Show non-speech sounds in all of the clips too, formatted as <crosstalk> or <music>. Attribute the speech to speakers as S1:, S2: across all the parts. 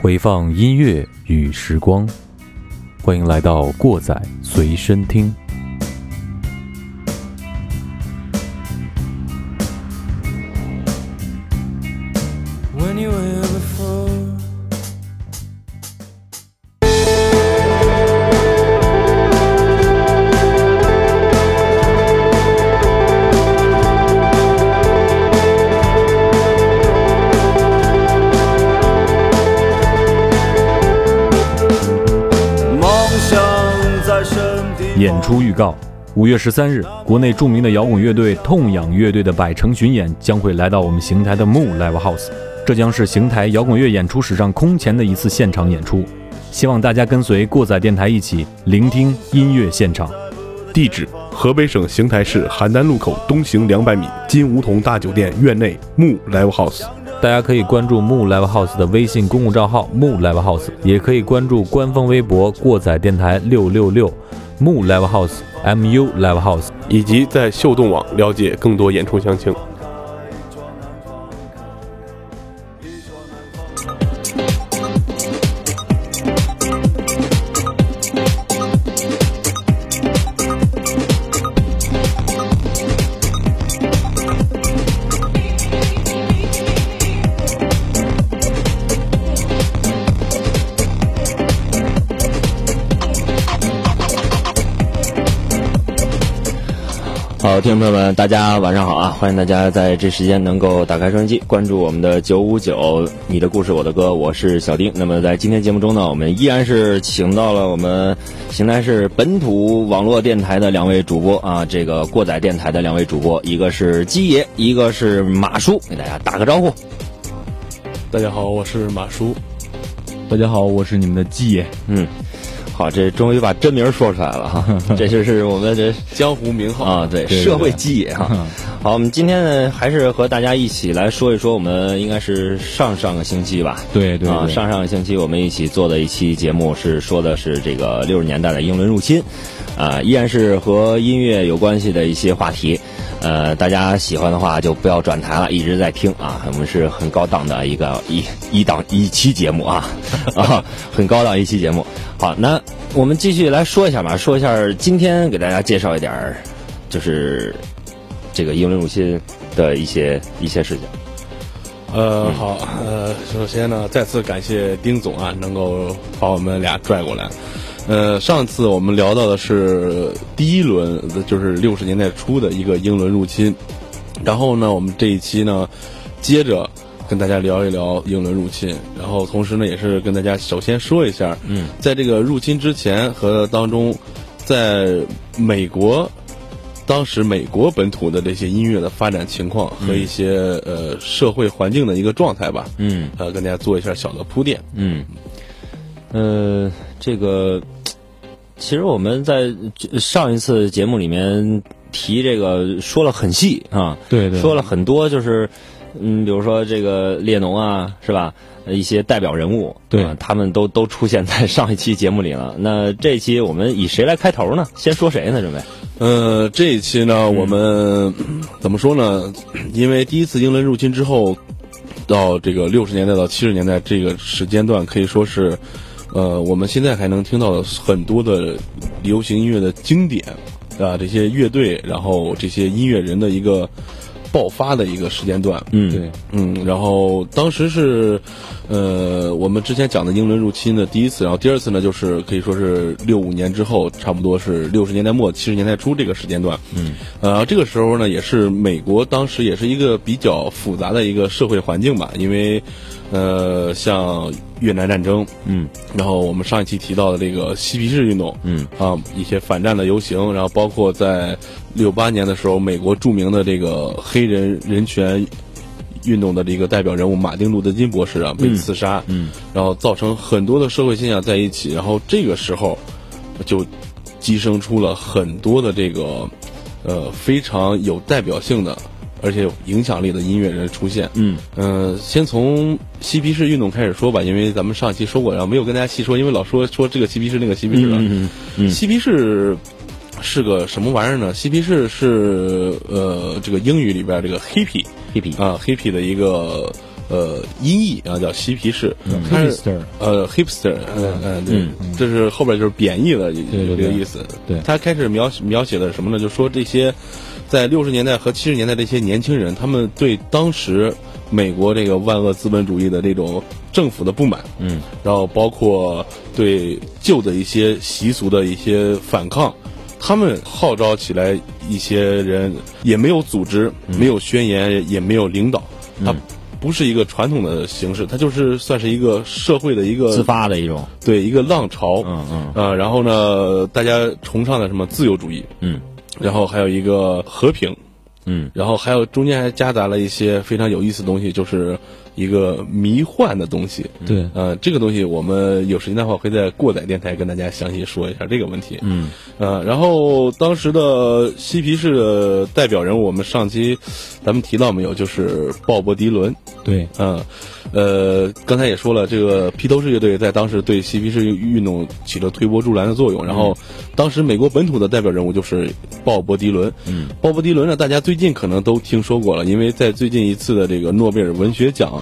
S1: 回放音乐与时光，欢迎来到过载随身听。
S2: when you were here before. 梦想在身体
S1: 演出预告：五月十三日，国内著名的摇滚乐队痛仰乐队的百城巡演将会来到我们邢台的 Moon Live House，这将是邢台摇滚乐演出史上空前的一次现场演出。希望大家跟随过载电台一起聆听音乐现场。
S3: 地址：河北省邢台市邯郸路口东行两百米金梧桐大酒店院内木 Live House。
S1: 大家可以关注 Moon Live House 的微信公共账号 Moon Live House，也可以关注官方微博“过载电台六六六 ”Moon Live House M U Live House。
S3: 以及在秀动网了解更多演出详情。
S4: 好，听众朋友们，大家晚上好啊！欢迎大家在这时间能够打开收音机，关注我们的九五九，你的故事我的歌，我是小丁。那么在今天节目中呢，我们依然是请到了我们邢台市本土网络电台的两位主播啊，这个过载电台的两位主播，一个是鸡爷，一个是马叔，给大家打个招呼。
S3: 大家好，我是马叔。
S5: 大家好，我是你们的季爷。
S4: 嗯，好，这终于把真名说出来了哈，这就是我们这
S3: 江湖名号，
S4: 啊，对，
S5: 对对
S4: 社会基野哈。好，我们今天呢，还是和大家一起来说一说，我们应该是上上个星期吧。
S5: 对对
S4: 啊，
S5: 对，
S4: 上上个星期我们一起做的一期节目是说的是这个六十年代的英伦入侵，啊，依然是和音乐有关系的一些话题，呃，大家喜欢的话就不要转台了，一直在听啊，我们是很高档的一个一一档一期节目啊， <laughs> 啊，很高档一期节目。好，那我们继续来说一下吧，说一下今天给大家介绍一点儿，就是这个英伦入侵的一些一些事情。
S3: 呃，好，呃，首先呢，再次感谢丁总啊，能够把我们俩拽过来。呃，上次我们聊到的是第一轮，就是六十年代初的一个英伦入侵。然后呢，我们这一期呢，接着跟大家聊一聊英伦入侵。然后同时呢，也是跟大家首先说一下，嗯，在这个入侵之前和当中，在美国当时美国本土的这些音乐的发展情况和一些、呃社会环境的一个状态吧，
S4: 嗯。
S3: 呃，跟大家做一下小的铺垫。
S4: 嗯，呃，这个其实我们在上一次节目里面提这个说了很细啊，
S5: 对对，
S4: 说了很多，就是嗯，比如说这个列侬啊，是吧？呃一些代表人物，
S5: 对
S4: 啊他们都都出现在 <laughs> 上一期节目里了。那这一期我们以谁来开头呢？先说谁呢？准备？
S3: 呃，这一期呢，我们嗯怎么说呢？因为第一次英伦入侵之后，到这个六十年代到七十年代这个时间段，可以说是，呃，我们现在还能听到的很多的流行音乐的经典啊，这些乐队，然后这些音乐人的一个爆发的一个时间段。
S4: 嗯，
S5: 对，
S3: 嗯，然后当时是，呃，我们之前讲的英伦入侵的第一次，然后第二次呢，就是可以说是六五年之后，差不多是六十年代末七十年代初这个时间段。嗯，呃，这个时候呢，也是美国当时也是一个比较复杂的一个社会环境吧，因为，呃，像越南战争，
S4: 嗯，
S3: 然后我们上一期提到的这个嬉皮士运动，
S4: 嗯
S3: 啊，一些反战的游行，然后包括在六八年的时候，美国著名的这个黑人人权运动的这个代表人物马丁·路德·金博士啊被刺杀，
S4: 嗯
S3: 然后造成很多的社会现象在一起，然后这个时候就激生出了很多的这个呃非常有代表性的而且有影响力的音乐人出现。
S4: 嗯
S3: 呃，先从嬉皮士运动开始说吧，因为咱们上期说过，然后没有跟大家细说，因为老说说这个嬉皮士那个嬉皮士了。
S4: 嗯嗯
S3: 嬉皮士是个什么玩意儿呢？嬉皮士是呃这个英语里边这个 hippie
S4: ，hippie
S3: 啊 hippie 的一个呃音译啊叫嬉皮士，它是
S5: Hipster
S3: 呃 hipster，嗯嗯对
S4: 嗯，
S3: 这是后边就是贬义了，有这
S5: 对
S3: 个
S5: 对
S3: 意思。
S5: 对
S3: 他开始描写描写的是什么呢？就说这些在六十年代和七十年代的一些年轻人，他们对当时美国这个万恶资本主义的这种政府的不满，
S4: 嗯，
S3: 然后包括对旧的一些习俗的一些反抗。他们号召起来一些人，也没有组织，
S4: 嗯
S3: 没有宣言，也没有领导，他不是一个传统的形式，它就是算是一个社会的一个
S4: 自发的一种，
S3: 对一个浪
S5: 哦
S3: 潮，
S4: 嗯嗯
S3: 呃，然后呢，大家崇尚的什么自由主义，
S4: 嗯
S3: 然后还有一个和平，
S4: 嗯
S3: 然后还有中间还夹杂了一些非常有意思的东西，就是一个迷幻的东西。
S5: 对，
S3: 呃，这个东西我们有时间的话会在过载电台跟大家详细说一下这个问题。
S4: 嗯
S3: 呃，然后当时的嬉皮士的代表人物，我们上期咱们提到没有，就是鲍勃迪伦。
S5: 对，
S3: 嗯，呃，刚才也说了，这个披头士乐队在当时对嬉皮士运动起了推波助澜的作用。然后，当时美国本土的代表人物就是鲍勃迪伦。
S4: 嗯，
S3: 鲍勃迪伦呢，大家最近可能都听说过了，因为在最近一次的这个诺贝尔文学奖，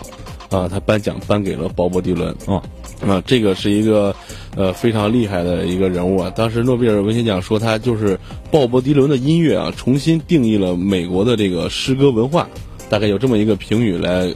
S3: 啊，他颁奖颁给了鲍勃迪伦。
S4: 哦，
S3: 啊，这个是一个呃非常厉害的一个人物啊。当时诺贝尔文学奖说他就是鲍勃迪伦的音乐啊，重新定义了美国的这个诗歌文化，大概有这么一个评语来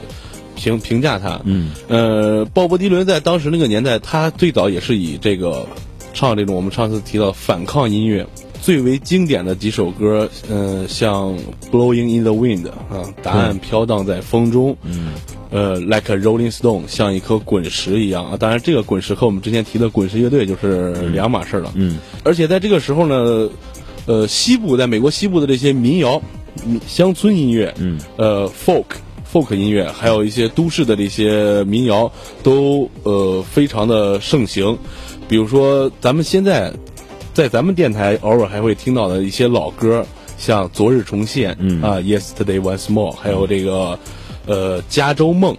S3: 评评价他。
S4: 嗯
S3: 呃，鲍勃迪伦在当时那个年代，他最早也是以这个唱这种我们上次提到反抗音乐最为经典的几首歌，呃，像《Blowing in the Wind》啊，答案飘荡在风中，
S4: 嗯
S3: 呃，Like a Rolling Stone，像一颗滚石一样啊。当然，这个滚石和我们之前提的滚石乐队就是两码事儿了。
S4: 嗯
S3: 而且在这个时候呢，呃，西部在美国西部的这些民谣、民乡村音乐，
S4: 嗯，
S3: 呃，folk。folk 音乐，还有一些都市的这些民谣，都呃非常的盛行。比如说，咱们现在在咱们电台偶尔还会听到的一些老歌，像《昨日重现》
S4: 嗯
S3: 啊，《Yesterday Once More》，还有这个呃《加州梦》，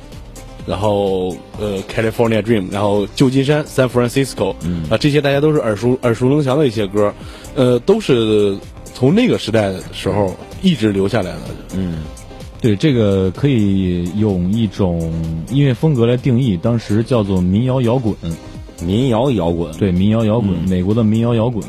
S3: 然后呃 California Dream，然后旧金山 San Francisco，嗯啊，这些大家都是耳熟耳熟能详的一些歌，呃，都是从那个时代的时候一直留下来的。
S4: 嗯
S5: 对，这个可以用一种音乐风格来定义，当时叫做民谣摇滚。
S4: 民谣摇滚，
S5: 对，民谣摇滚，
S4: 嗯
S5: 美国的民谣摇滚，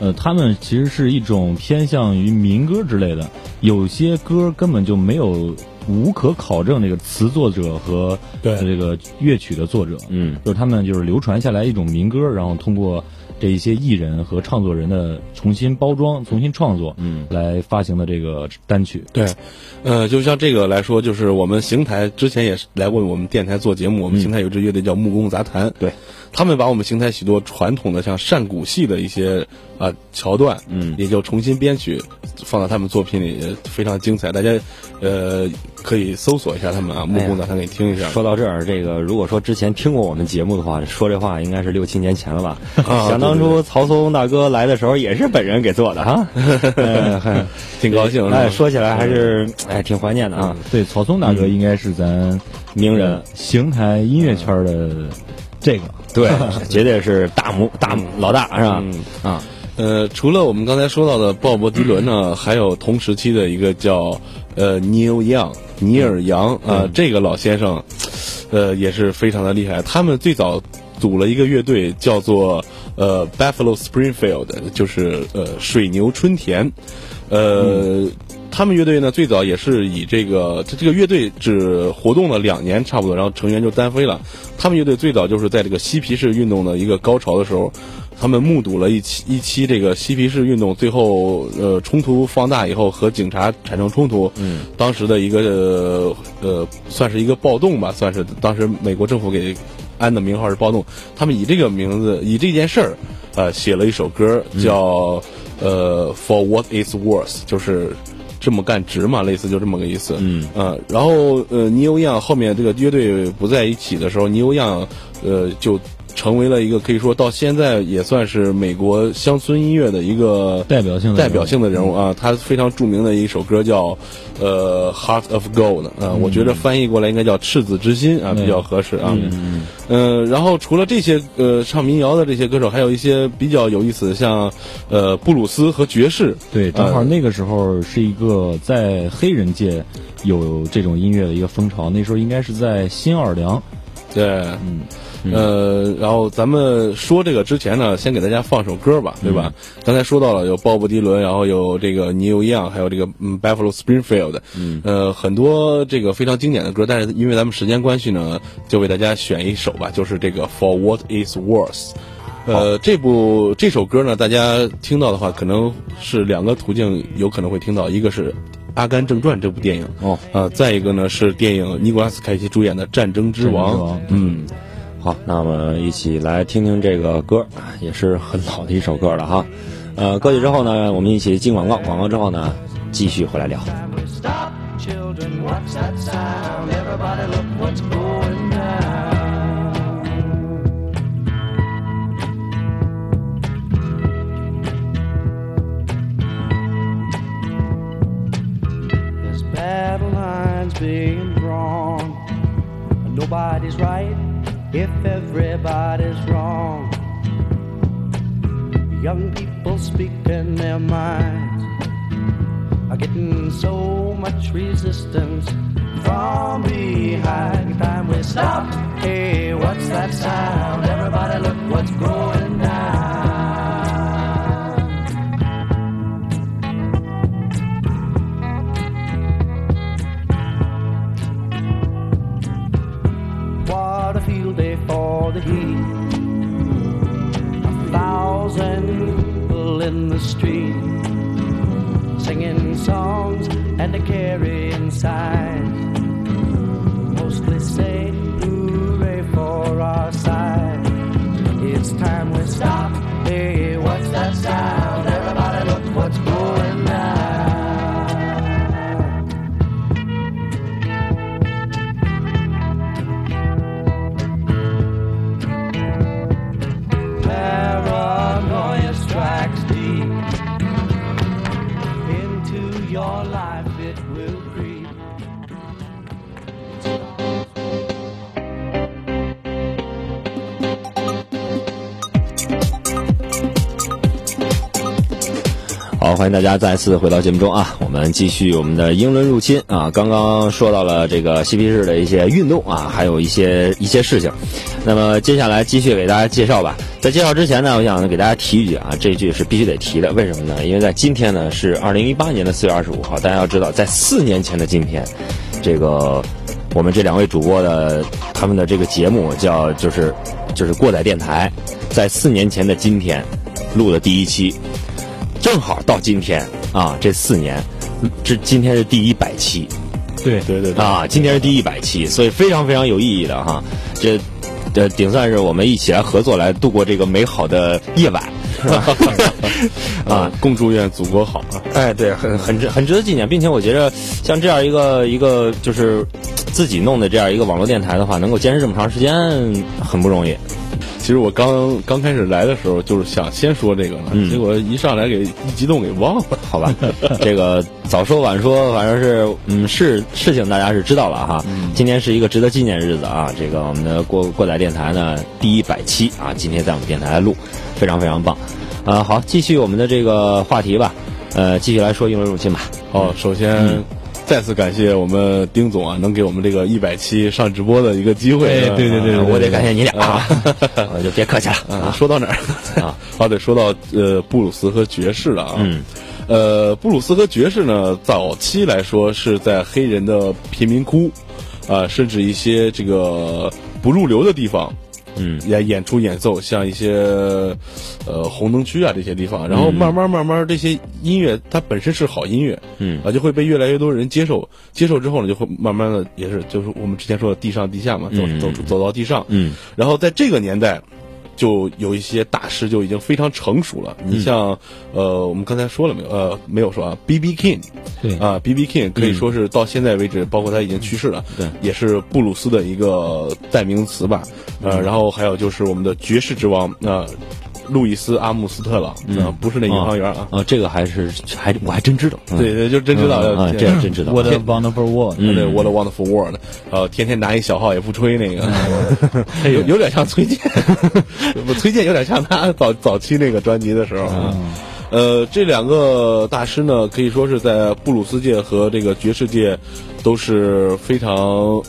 S5: 呃，他们其实是一种偏向于民歌之类的，有些歌根本就没有无可考证这个词作者和
S3: 对
S5: 这个乐曲的作者，
S4: 嗯
S5: 就是他们就是流传下来一种民歌，然后通过这一些艺人和创作人的重新包装、重新创作，
S4: 嗯
S5: 来发行的这个单曲。
S3: 对，呃，就像这个来说，就是我们邢台之前也是来过我们电台做节目，我们邢台有支乐队叫木工杂谈，
S4: 嗯对，
S3: 他们把我们邢台许多传统的像扇骨戏的一些啊、桥段，
S4: 嗯
S3: 也就重新编曲放到他们作品里，也非常精彩。大家呃可以搜索一下他们啊，
S4: 哎
S3: 木工杂谈给听一
S4: <laughs>
S3: 下。
S4: 说到这儿，这个如果说之前听过我们节目的话，说这话应该是六七年前了吧？
S3: <laughs> 啊
S4: 想当
S3: 对
S4: 初
S3: 对
S4: 曹松大哥来的时候，也是本人给做的
S3: <laughs>
S4: 哈，哎很
S3: 挺高兴，
S4: 哎，
S3: 是吧嗯
S4: 说起来还是哎挺怀念的啊，
S5: 对，曹松大哥应该是咱
S4: 名
S3: 啊
S4: 人。
S5: 邢台音乐圈的这个，
S3: <laughs>
S4: 对，绝对是大母大母
S3: 嗯
S4: 老大是吧？啊，
S3: 呃，除了我们刚才说到的鲍勃迪伦呢，还有同时期的一个叫呃 Neil Young 尼尔杨啊、这个老先生，呃，也是非常的厉害。他们最早组了一个乐队，叫做呃 Buffalo Springfield，就是呃水牛春田，呃。他们乐队呢，最早也是以这个这这个乐队只活动了两年差不多，然后成员就单飞了。他们乐队最早就是在这个嬉皮士运动的一个高潮的时候，他们目睹了一期一期这个嬉皮士运动最后呃冲突放大以后和警察产生冲突，嗯，当时的一个呃呃算是一个暴动吧，算是当时美国政府给安的名号是暴动，他们以这个名字以这件事儿呃写了一首歌叫、呃 For What Is Worth，就是。这么干值嘛，类似就这么个意思。
S4: 嗯，
S3: 呃，然后呃，尼欧样后面这个乐队不在一起的时候，尼欧样呃就成为了一个可以说到现在也算是美国乡村音乐的一个
S5: 代表性的
S3: 代表性的人物啊。他非常著名的一首歌叫呃《Heart of Gold》啊、我觉得翻译过来应该叫《赤子之心》啊，比较合适啊。嗯然后除了这些呃唱民谣的这些歌手，还有一些比较有意思的，像呃布鲁斯和爵士。
S5: 对，正好
S3: 呃
S5: 那个时候是一个在黑人界有这种音乐的一个风潮，那时候应该是在新奥尔良。
S3: 对，嗯，呃，然后咱们说这个之前呢，先给大家放首歌吧，对吧？刚才说到了有鲍勃迪伦，然后有这个尼欧样，还有这个嗯 Buffalo Springfield，嗯，呃，很多这个非常经典的歌，但是因为咱们时间关系呢，就为大家选一首吧，就是这个 For What Is Worth。呃，这部这首歌呢，大家听到的话，可能是两个途径有可能会听到，一个是《阿甘正传》这部电影，
S4: 哦，
S3: 呃，再一个呢是电影尼古拉斯凯奇主演的《战争之王》，
S4: 嗯，好，那我们一起来听听这个歌，也是很老的一首歌了哈。呃，歌曲之后呢，我们一起进广告，广告之后呢，继续回来聊。
S2: Stop, children, what's that sound? Everybody look what's going down. There's battle lines being drawn. Nobody's right if everybody's wrong. Young people speaking their minds are getting so much resistance from behind. Time we stop. Hey, what's that sound? Everybody, look what's going down. What a field day for the heat. A thousand people in the street singing songs and a carrying signs. Mostly say hooray for our side. It's time we stop. Hey, what's that sound? Everybody look what's going down. Paranoia strikes deep into your life it will creep.
S4: 好，欢迎大家再次回到节目中啊！我们继续我们的英伦入侵啊，刚刚说到了这个嬉皮士的一些运动啊，还有一些一些事情。那么接下来继续给大家介绍吧。在介绍之前呢，我想给大家提一句啊，这句是必须得提的，为什么呢？因为在今天呢是二零一八年的四月二十五号，大家要知道，在四年前的今天，这个我们这两位主播的他们的这个节目叫就是就是过载电台，在四年前的今天录的第一期。正好到今天啊，这四年，嗯这今天是第一百期
S5: 对
S3: 对对对
S4: 啊，今天是第一百期，所以非常非常有意义的哈。这这顶算是我们一起来合作来度过这个美好的夜 <laughs> 晚。啊，
S3: 共祝愿祖国好啊！
S4: 哎，对，很很值很值得纪念，并且我觉着像这样一个一个就是自己弄的这样一个网络电台的话，能够坚持这么长时间很不容易。
S3: 其实我刚刚开始来的时候，就是想先说这个呢，
S4: 嗯
S3: 结果一上来给一激动给忘了。
S4: <laughs> 好吧，这个早说晚说，反正是嗯是事情大家是知道了哈。
S5: 嗯
S4: 今天是一个值得纪念日子啊，这个我们的过过载电台呢第一百期啊，今天在我们电台来录，非常非常棒。啊、好，继续我们的这个话题吧，呃，继续来说英伦入侵吧。
S3: 哦，首先再次感谢我们丁总啊，能给我们这个一百期上直播的一个机会。
S5: 哎对对对嗯
S3: 啊
S4: 呃我得感谢你俩啊， <laughs> 我就别客气了
S3: 啊，
S4: 啊。
S3: 说到哪儿了？
S4: 啊，
S3: <laughs> 啊，对，说到呃布鲁斯和爵士了啊。
S4: 嗯，
S3: 呃，布鲁斯和爵士呢，早期来说是在黑人的贫民窟，啊、甚至一些这个不入流的地方。
S4: 嗯，
S3: 演演出演奏，像一些呃红灯区啊这些地方，然后慢慢慢慢这些音乐它本身是好音乐，
S4: 嗯
S3: 啊就会被越来越多人接受，接受之后呢就会慢慢的也是就是我们之前说的地上地下嘛，走
S4: 嗯
S3: 走走到地上，
S4: 嗯，
S3: 然后在这个年代，就有一些大师就已经非常成熟了。
S4: 嗯
S3: 你像，呃，我们刚才说了没有？呃，没有说啊，B.B. King，
S5: 对
S3: 啊，B.B. King 可以说是到现在为止，包括他已经去世了，
S4: 对
S3: 也是布鲁斯的一个代名词吧。
S4: 嗯
S3: 呃，然后还有就是我们的爵士之王，呃，路易斯·阿姆斯特朗，呃不是那银行员啊，
S4: 嗯哦，这个还是还我还真知道，嗯
S3: 对对，就真知道
S4: 嗯嗯
S3: 了
S4: 嗯，这样真知道。
S5: 我的 Wonderful World，
S3: 对《What a Wonderful World》，呃，天天拿一小号也不吹那个， <laughs> 有有点像崔健，不，崔健有点像他早早期那个专辑的时候。呃，这两个大师呢，可以说是在布鲁斯界和这个爵士界都是非常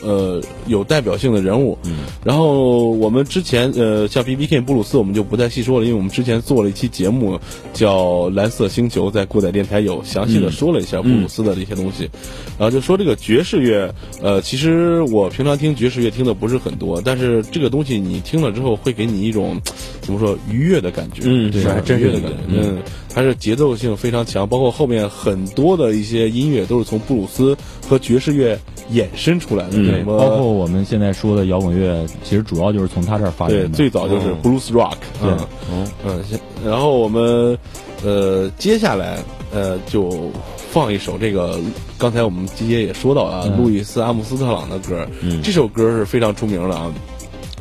S3: 呃有代表性的人物。嗯。然后我们之前呃，像 B B King 布鲁斯，我们就不再细说了，因为我们之前做了一期节目叫《蓝色星球》，在过载电台有详细的说了一下布
S4: 嗯
S3: 鲁斯的这些东西。然后就说这个爵士乐，呃，其实我平常听爵士乐听的不是很多，但是这个东西你听了之后会给你一种怎么说愉悦的感觉，
S4: 嗯
S3: 对
S4: 是还真
S3: 愉悦的
S4: 是
S3: 感觉，嗯，它是节奏性非常强，包括后面很多的一些音乐都是从布鲁斯和爵士乐衍生出来的，
S4: 嗯
S3: 什么
S5: 包括我们现在说的摇滚乐，其实主要就是从他这儿发
S3: 对
S5: 源，的。
S3: 最早就是 blues rock，
S5: 对
S3: 嗯嗯，先然后我们呃接下来呃就放一首这个刚才我们基姐也说到了啊，
S5: 嗯
S3: 路易斯阿姆斯特朗的歌，这首歌是非常出名的啊。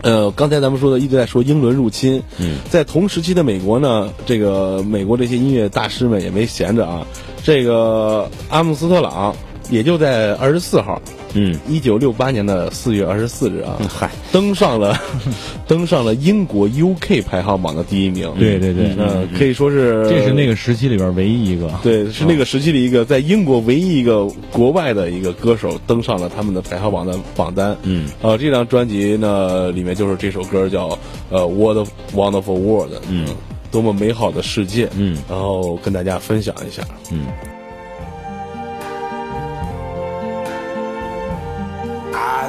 S3: 呃，刚才咱们说的一直在说英伦入侵，
S4: 嗯，
S3: 在同时期的美国呢，这个美国这些音乐大师们也没闲着啊，这个阿姆斯特朗也就在二十四号，
S4: 嗯，
S3: 一九六八年的四月二十四日啊，
S4: 嗨，
S3: <laughs> 登上了登上了英国 UK 排行榜的第一名。
S5: 对对对，
S3: 嗯，可以说是
S5: 这是那个时期里边唯一一个。
S3: <laughs> 对，是那个时期的一个在英国唯一一个国外的一个歌手登上了他们的排行榜的榜单。
S4: 嗯，
S3: 呃，这张专辑呢里面就是这首歌叫呃 What a Wonderful World，嗯，多么美好的世界，
S4: 嗯，
S3: 然后跟大家分享一下。
S6: I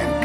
S6: and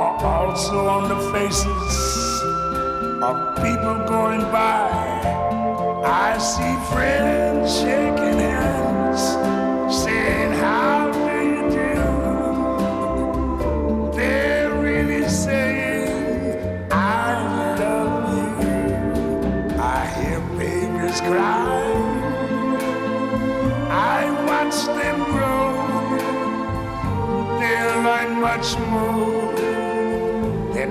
S6: are also on the faces of people going by. I see friends shaking hands, saying, How do you do? They're really saying, I love you. I hear babies cry. I watch them grow. They're like much more than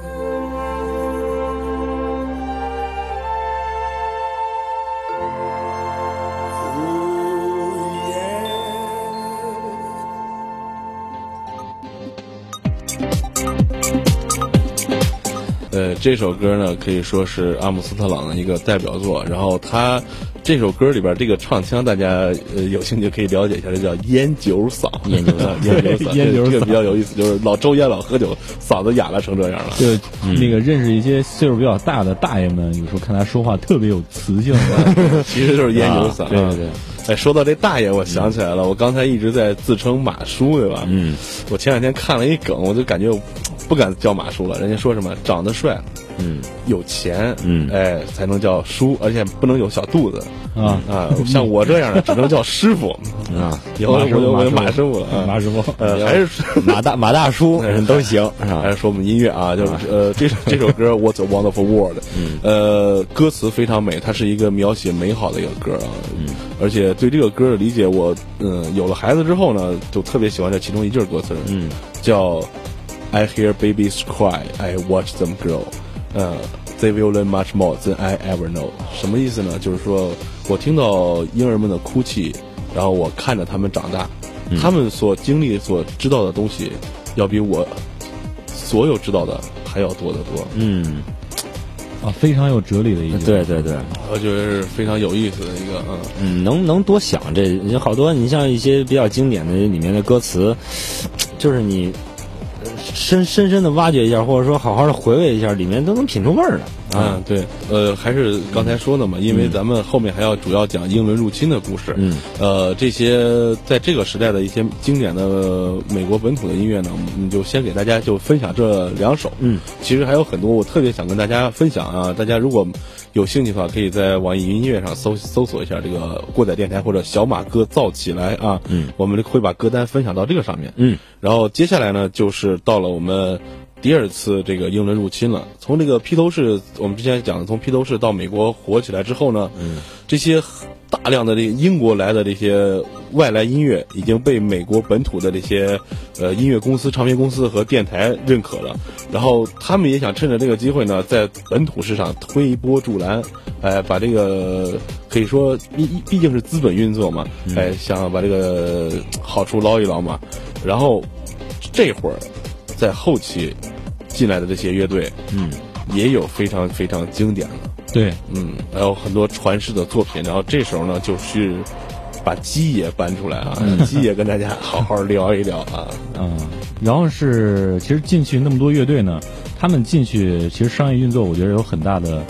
S6: world. Oh, yeah.
S3: 呃，这首歌呢可以说是阿姆斯特朗的一个代表作。然后他这首歌里边这个唱腔，大家呃有兴趣可以了解一下，这叫烟酒嗓。烟酒 <laughs> 嗓，烟酒嗓，
S5: 烟酒嗓
S3: 这个比较有意思，就是老抽烟，老喝酒，嗓子哑了成这样了。
S5: 就
S4: 嗯
S5: 那个认识一些岁数比较大的大爷们，有时候看他说话特别有
S4: <laughs>
S5: 磁性，
S3: 其实就是烟酒嗓、
S4: 啊对对对。
S3: 哎，说到这大爷，我想起来了，我刚才一直在自称马叔，对吧？嗯。我前两天看了一梗，我就感觉我不敢叫马叔了。人家说什么长得帅，
S4: 嗯
S3: 有钱，
S4: 嗯
S3: 哎，才能叫叔，而且不能有小肚子
S5: 啊
S3: 啊。像我这样的只能叫
S4: <laughs>
S3: 师傅，
S4: 啊，
S3: 以后我就我就马师傅了啊。
S5: 马师傅，
S3: 呃，还是
S4: 马大马大
S5: <laughs>
S4: 叔
S3: <laughs>
S4: 都行是吧
S3: 还？是说我们音乐啊，就是呃，这首这首歌《What a Wonderful <laughs> World》，呃，歌词非常美，它是一个描写美好的一个歌啊。而且对这个歌的理解，我嗯、有了孩子之后呢，就特别喜欢这其中一句歌词，
S4: 嗯，
S3: 叫 "I hear babies cry, I watch them grow." 呃，They will learn much more than I ever know. 什么意思呢？就是说我听到婴儿们的哭泣，然后我看着他们长大，他们所经历、所知道的东西，要比我所有知道的还要多得多。
S4: 嗯，
S5: 啊，非常有哲理的一句，
S4: 对对对。
S3: 我觉得是非常有意思的一个，嗯，
S4: 嗯，能能多想这你好多，你像一些比较经典的里面的歌词，就是你呃深深深的挖掘一下，或者说好好的回味一下，里面都能品出味儿来啊。
S3: 嗯，对，呃，还是刚才说的嘛，因为咱们后面还要主要讲英伦入侵的故事，
S4: 嗯，
S3: 呃，这些在这个时代的一些经典的美国本土的音乐呢，我们就先给大家就分享这两首，
S4: 嗯，
S3: 其实还有很多我特别想跟大家分享啊，大家如果有兴趣的话，可以在网易云音乐上搜搜索一下这个过载电台或者小马哥造起来啊，
S4: 嗯，
S3: 我们会把歌单分享到这个上面，
S4: 嗯，
S3: 然后接下来呢，就是到了我们第二次这个英伦入侵了。从这个披头士，我们之前讲的，从披头士到美国火起来之后呢，嗯，这些大量的这个英国来的这些外来音乐已经被美国本土的这些呃音乐公司、唱片公司和电台认可了。然后他们也想趁着这个机会呢，在本土市场推波助澜，哎，把这个可以说毕毕竟是资本运作嘛，哎，想把这个好处捞一捞嘛。然后这会儿在后期进来的这些乐队，嗯，也有非常非常经典的，
S5: 对，
S3: 嗯，还有很多传世的作品。然后这时候呢，就是把鸡爷搬出来啊，鸡爷跟大家好好聊一聊啊。
S5: 嗯，然后是其实进去那么多乐队呢，他们进去其实商业运作，我觉得有很大的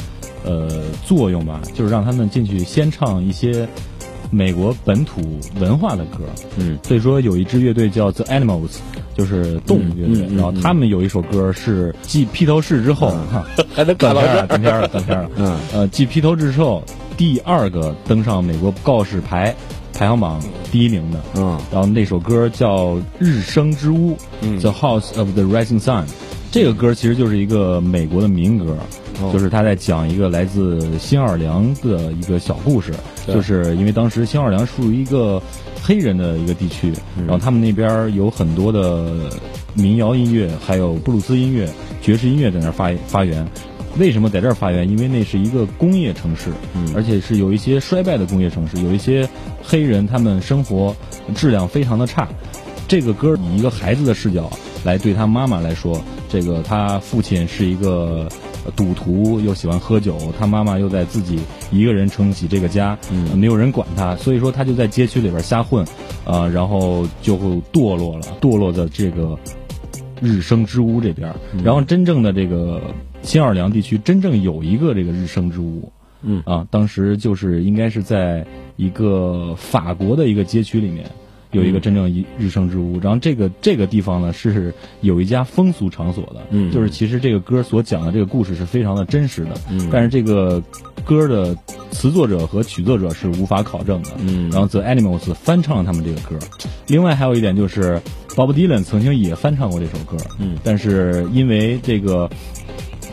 S5: 呃作用吧，就是让他们进去先唱一些美国本土文化的歌，
S4: 嗯，
S5: 所以说有一支乐队叫 The Animals，就是动物乐队，然后他们有一首歌是继披头士之后，哈，
S3: 还能
S5: 断
S3: 看到
S5: 片
S3: 这
S5: 儿
S3: 儿
S5: 了，断片儿了，断片儿了，
S4: 嗯，
S5: 呃，继披头之后第二个登上美国告示牌排行榜第一名的，
S4: 嗯，
S5: 然后那首歌叫《日升之屋》t h e House of the Rising Sun）。这个歌其实就是一个美国的民歌，就是他在讲一个来自新奥尔良的一个小故事，就是因为当时新奥尔良属于一个黑人的一个地区，然后他们那边儿有很多的民谣音乐，还有布鲁斯音乐、爵士音乐在那儿发发源。为什么在这儿发源？因为那是一个工业城市，而且是有一些衰败的工业城市，有一些黑人他们生活质量非常的差。这个歌以一个孩子的视角来对他妈妈来说，这个他父亲是一个呃赌徒，又喜欢喝酒，他妈妈又在自己一个人撑起这个家，嗯、没有人管他，所以说他就在街区里边瞎混，呃，然后就堕落了，堕落的这个日升之屋这边儿，
S4: 嗯
S5: 然后真正的这个新奥尔良地区真正有一个这个日升之屋，
S4: 嗯
S5: 啊，当时就是应该是在一个法国的一个街区里面有
S4: 嗯
S5: 一个真正一日升之屋，然后这个这个地方呢是有一家风俗场所的，
S4: 嗯
S5: 就是其实这个歌所讲的这个故事是非常的真实的，
S4: 嗯
S5: 但是这个歌的词作者和曲作者是无法考证的，
S4: 嗯
S5: 然后 The Animals 翻唱了他们这个歌，另外还有一点就是 Bob Dylan 曾经也翻唱过这首歌，
S4: 嗯
S5: 但是因为这个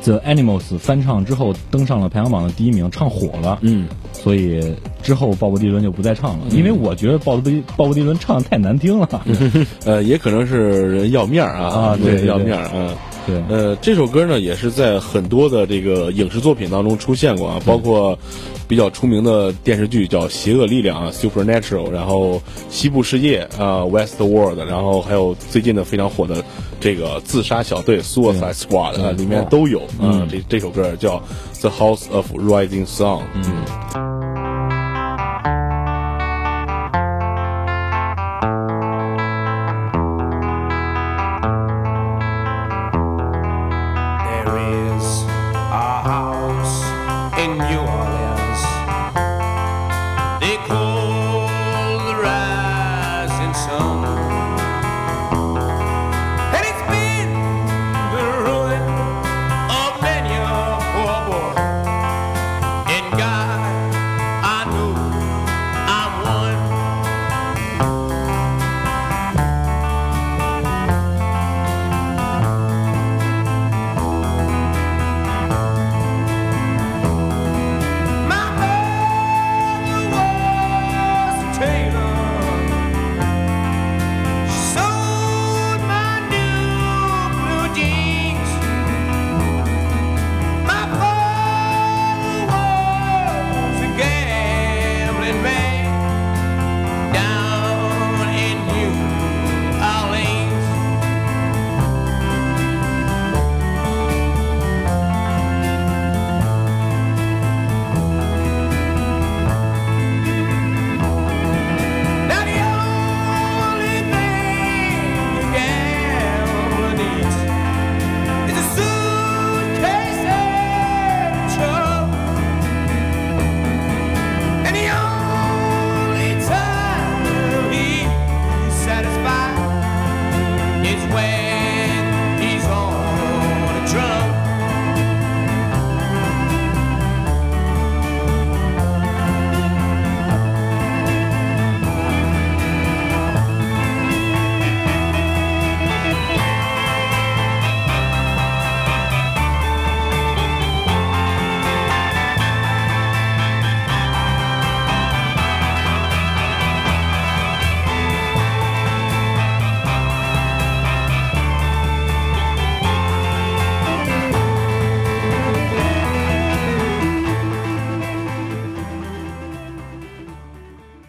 S5: The Animals 翻唱之后登上了排行榜的第一名，唱火了，
S4: 嗯，
S5: 所以之后鲍勃迪伦就不再唱了，因为我觉得鲍勃迪鲍勃迪伦唱的太难听了，
S4: 嗯
S3: 呃，也可能是人要面儿啊，
S5: 啊对对
S3: 要
S5: 对
S3: 面儿啊。
S5: 对，
S3: 呃，这首歌呢，也是在很多的这个影视作品当中出现过啊，包括比较出名的电视剧叫《邪恶力量》啊，《Supernatural》，然后《西部世界》啊，《West World》，然后还有最近的非常火的这个自杀小队《Suicide Squad》啊，里面都有
S5: 嗯
S3: 啊。这这首歌叫《The House of Rising Sun》。嗯，
S6: There is a house in New Orleans. They call the rising sun. And it's been the ruin of many a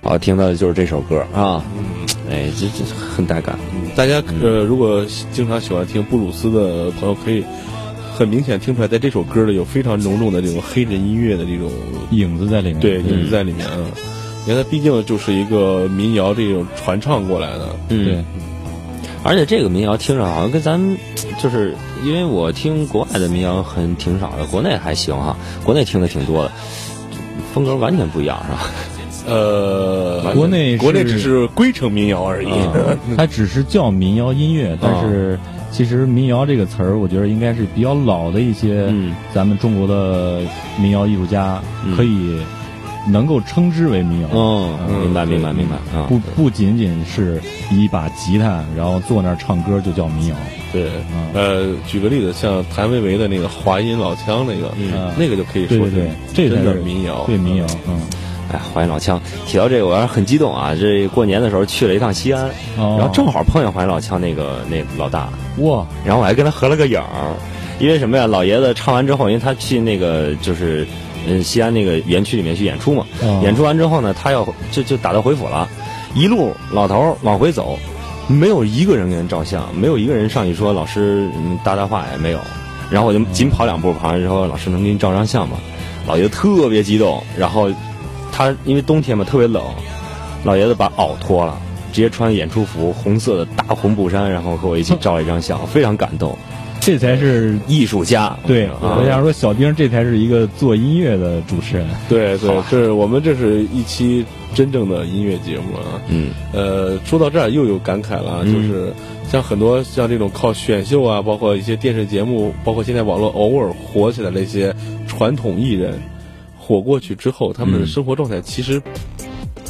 S4: 后听到的就是这首歌啊，哎，这这很带感，
S3: 大家
S5: 嗯
S3: 呃，如果经常喜欢听布鲁斯的朋友，可以很明显听出来，在这首歌里有非常浓重的这种黑人音乐的这种
S5: 影子在里面。
S3: 对影子在里面啊。因为它毕竟就是一个民谣这种传唱过来的，
S4: 嗯
S5: 对，
S4: 而且这个民谣听着好像跟咱们，就是因为我听国外的民谣很挺少的，国内还行哈，国内听的挺多的，风格完全不一样是吧？
S3: 呃，
S5: 国内是啊
S3: 国内只是归城民谣而已。
S5: 它只是叫民谣音乐，但
S4: 嗯
S5: 是其实民谣这个词儿，我觉得应该是比较老的一些
S4: 嗯
S5: 咱们中国的民谣艺术家可以能够称之为民谣。
S4: 嗯 <laughs>
S5: 嗯
S4: 明白明白明白啊，
S5: 不不仅仅是一把吉他，然后坐那儿唱歌就叫民谣。
S3: 对，呃，举个例子，像谭维维的那个华阴老腔那个，那个就可以
S5: 嗯对
S3: 说
S5: 对对，这才
S3: 真的
S5: 是
S4: 哦
S3: 民谣，
S5: 对民谣。嗯，
S4: 哎，欢迎老枪，提到这个我还是很激动啊！这过年的时候去了一趟西安，
S5: 哦
S4: 然后正好碰见欢迎老枪那个那老大，
S5: 哇，
S4: 然后我还跟他合了个影儿，因为什么呀？老爷子唱完之后，因为他去那个就是，嗯，西安那个园区里面去演出嘛，
S5: 哦
S4: 演出完之后呢，他要就就打道回府了，一路老头儿往回走，没有一个人给人照相，没有一个人上去说老师嗯搭搭话也没有，然后我就紧跑两步，跑完之后老师能给你照张相吗？老爷子特别激动，然后他因为冬天嘛特别冷，老爷子把袄脱了，直接穿演出服，红色的大红布衫，然后和我一起照了一张相，非常感动。
S5: 这才是
S4: 艺术家，
S5: 对。
S4: 啊
S5: 我想说，小丁这才是一个做音乐的主持人。
S3: 对对，这是我们这是一期真正的音乐节目啊。
S4: 嗯，
S3: 呃，说到这儿又有感慨了啊，就是像很多像这种靠选秀啊，包括一些电视节目，包括现在网络偶尔火起来的一些传统艺人，火过去之后，他们的生活状态其实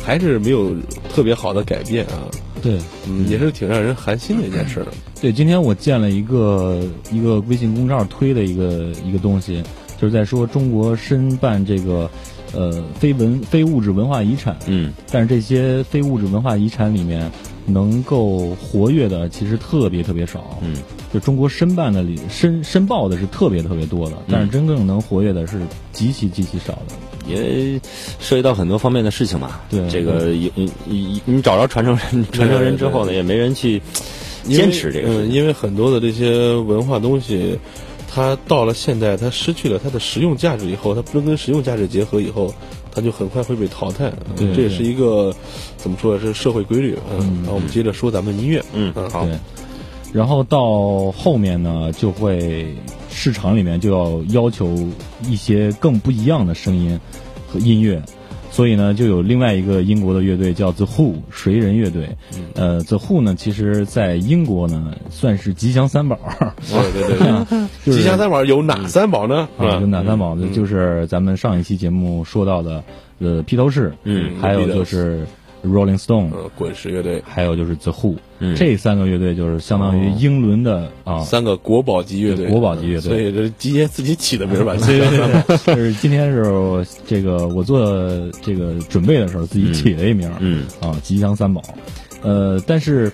S3: 还是没有特别好的改变啊，
S5: 对，
S3: 嗯，也是挺让人寒心的一件事儿。
S5: 对，今天我见了一个一个微信公众号推的一个一个东西，就是在说中国申办这个呃非文非物质文化遗产，
S4: 嗯，
S5: 但是这些非物质文化遗产里面能够活跃的其实特别特别少，
S4: 嗯，
S5: 就中国申办的里申申报的是特别特别多的，但是真正能活跃的是极其极其少的。
S4: 因为涉及到很多方面的事情嘛。
S5: 对
S4: 这个有你你你找着传承人，传承人之后呢，也没人去
S3: 因为
S4: 坚持这个事
S3: 嗯，
S4: 情。
S3: 因为很多的这些文化东西，它到了现代，它失去了它的实用价值以后，它不能跟实用价值结合以后，它就很快会被淘汰。嗯
S5: 对
S3: 这也
S5: 对
S3: 是一个怎么说呢？是社会规律。嗯，然后我们接着说咱们音乐。
S4: 嗯
S3: 好
S5: 对，然后到后面呢，就会市场里面就要要求一些更不一样的声音和音乐，所以呢，就有另外一个英国的乐队叫 The Who 谁人乐队。呃，The Who 呢，其实在英国呢算是吉祥三宝，
S3: 对对 <laughs> 对，
S5: 就是
S3: 吉祥三宝有哪三宝呢？是吧
S5: 啊，有哪三宝呢？
S3: 嗯
S5: 就是咱们上一期节目说到的，呃，披头士，
S4: 嗯
S5: 还有就是 Rolling Stone，
S3: 嗯，滚石乐队
S5: 还有就是 The Who，
S4: 嗯
S5: 这三个乐队就是相当于英伦的啊，
S3: 嗯三个国宝级乐队，
S5: 国宝级乐队
S3: 所以这今天自己起的名
S5: <laughs>
S3: 儿吧。
S5: 对对对，对，就是今天是我这个我做这个准备的时候自己起了一名儿，
S4: 嗯
S5: 啊，吉祥三宝，呃，但是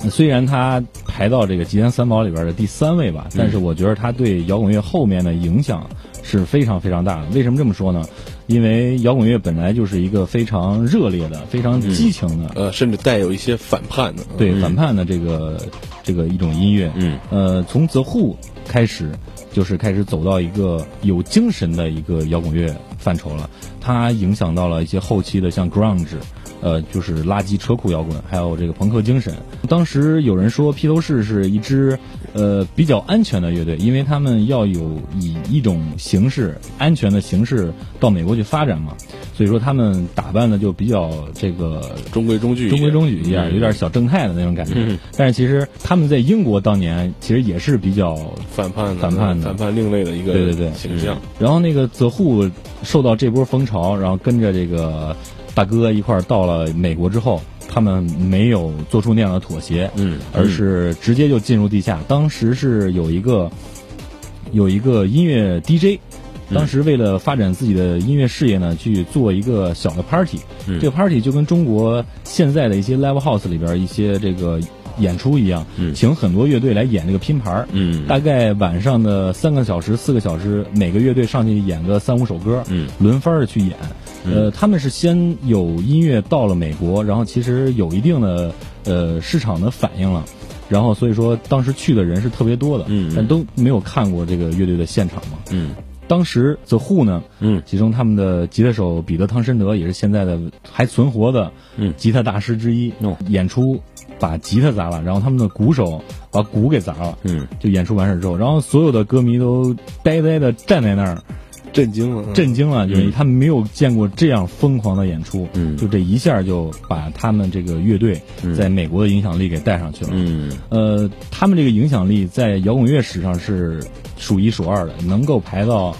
S5: 呃虽然他排到这个吉祥三宝里边的第三位吧，但是我觉得他对摇滚乐后面的影响是非常非常大的。为什么这么说呢？因为摇滚乐本来就是一个非常热烈的、非常激情的，
S3: 呃，甚至带有一些反叛的。嗯
S5: 对反叛的这个这个一种音乐。
S4: 嗯，
S5: 呃，从泽户开始，就是开始走到一个有精神的一个摇滚乐范畴了。它影响到了一些后期的像 grunge，呃，就是垃圾车库摇滚，还有这个朋克精神。当时有人说披头士是一支呃比较安全的乐队，因为他们要有以一种形式安全的形式到美国去发展嘛，所以说他们打扮的就比较这个
S3: 嗯中规中矩一嗯
S5: 中
S3: 点，
S5: 规中矩一点，有点小正太的那种感觉。但是其实他们在英国当年其实也是比较，
S3: 反叛的、
S5: 反叛的
S3: 反叛另类的一个
S5: 对对对
S3: 形象。
S5: 然后那个泽户受到这波风潮，然后跟着这个大哥一块儿到了美国之后，他们没有做出那样的妥协，
S4: 嗯，
S5: 而是直接就进入地下。当时是有一个有一个音乐 DJ。当时为了发展自己的音乐事业呢，去做一个小的 party，、这个 party 就跟中国现在的一些 live house 里边一些这个演出一样，请很多乐队来演这个拼盘儿
S4: 嗯
S5: 大概晚上的三个小时、四个小时，每个乐队上去演个三五首歌，
S4: 嗯
S5: 轮番的去演。呃，他们是先有音乐到了美国，然后其实有一定的呃市场的反应了，然后所以说当时去的人是特别多的，
S4: 嗯嗯
S5: 但都没有看过这个乐队的现场嘛。
S4: 嗯
S5: 当时 The Who 呢，
S4: 嗯
S5: 其中他们的吉他手彼得·汤申德也是现在的还存活的
S4: 嗯
S5: 吉他大师之一，
S4: 哦
S5: 演出把吉他砸了，然后他们的鼓手把鼓给砸了，
S4: 嗯，
S5: 就演出完事之后，然后所有的歌迷都呆呆的站在那儿，
S3: 震惊了，
S5: 震惊了，就是他们没有见过这样疯狂的演出，
S4: 嗯
S5: 就这一下就把他们这个乐队在美国的影响力给带上去了，
S4: 嗯
S5: 呃，他们这个影响力在摇滚乐史上是数一数二的，能够排到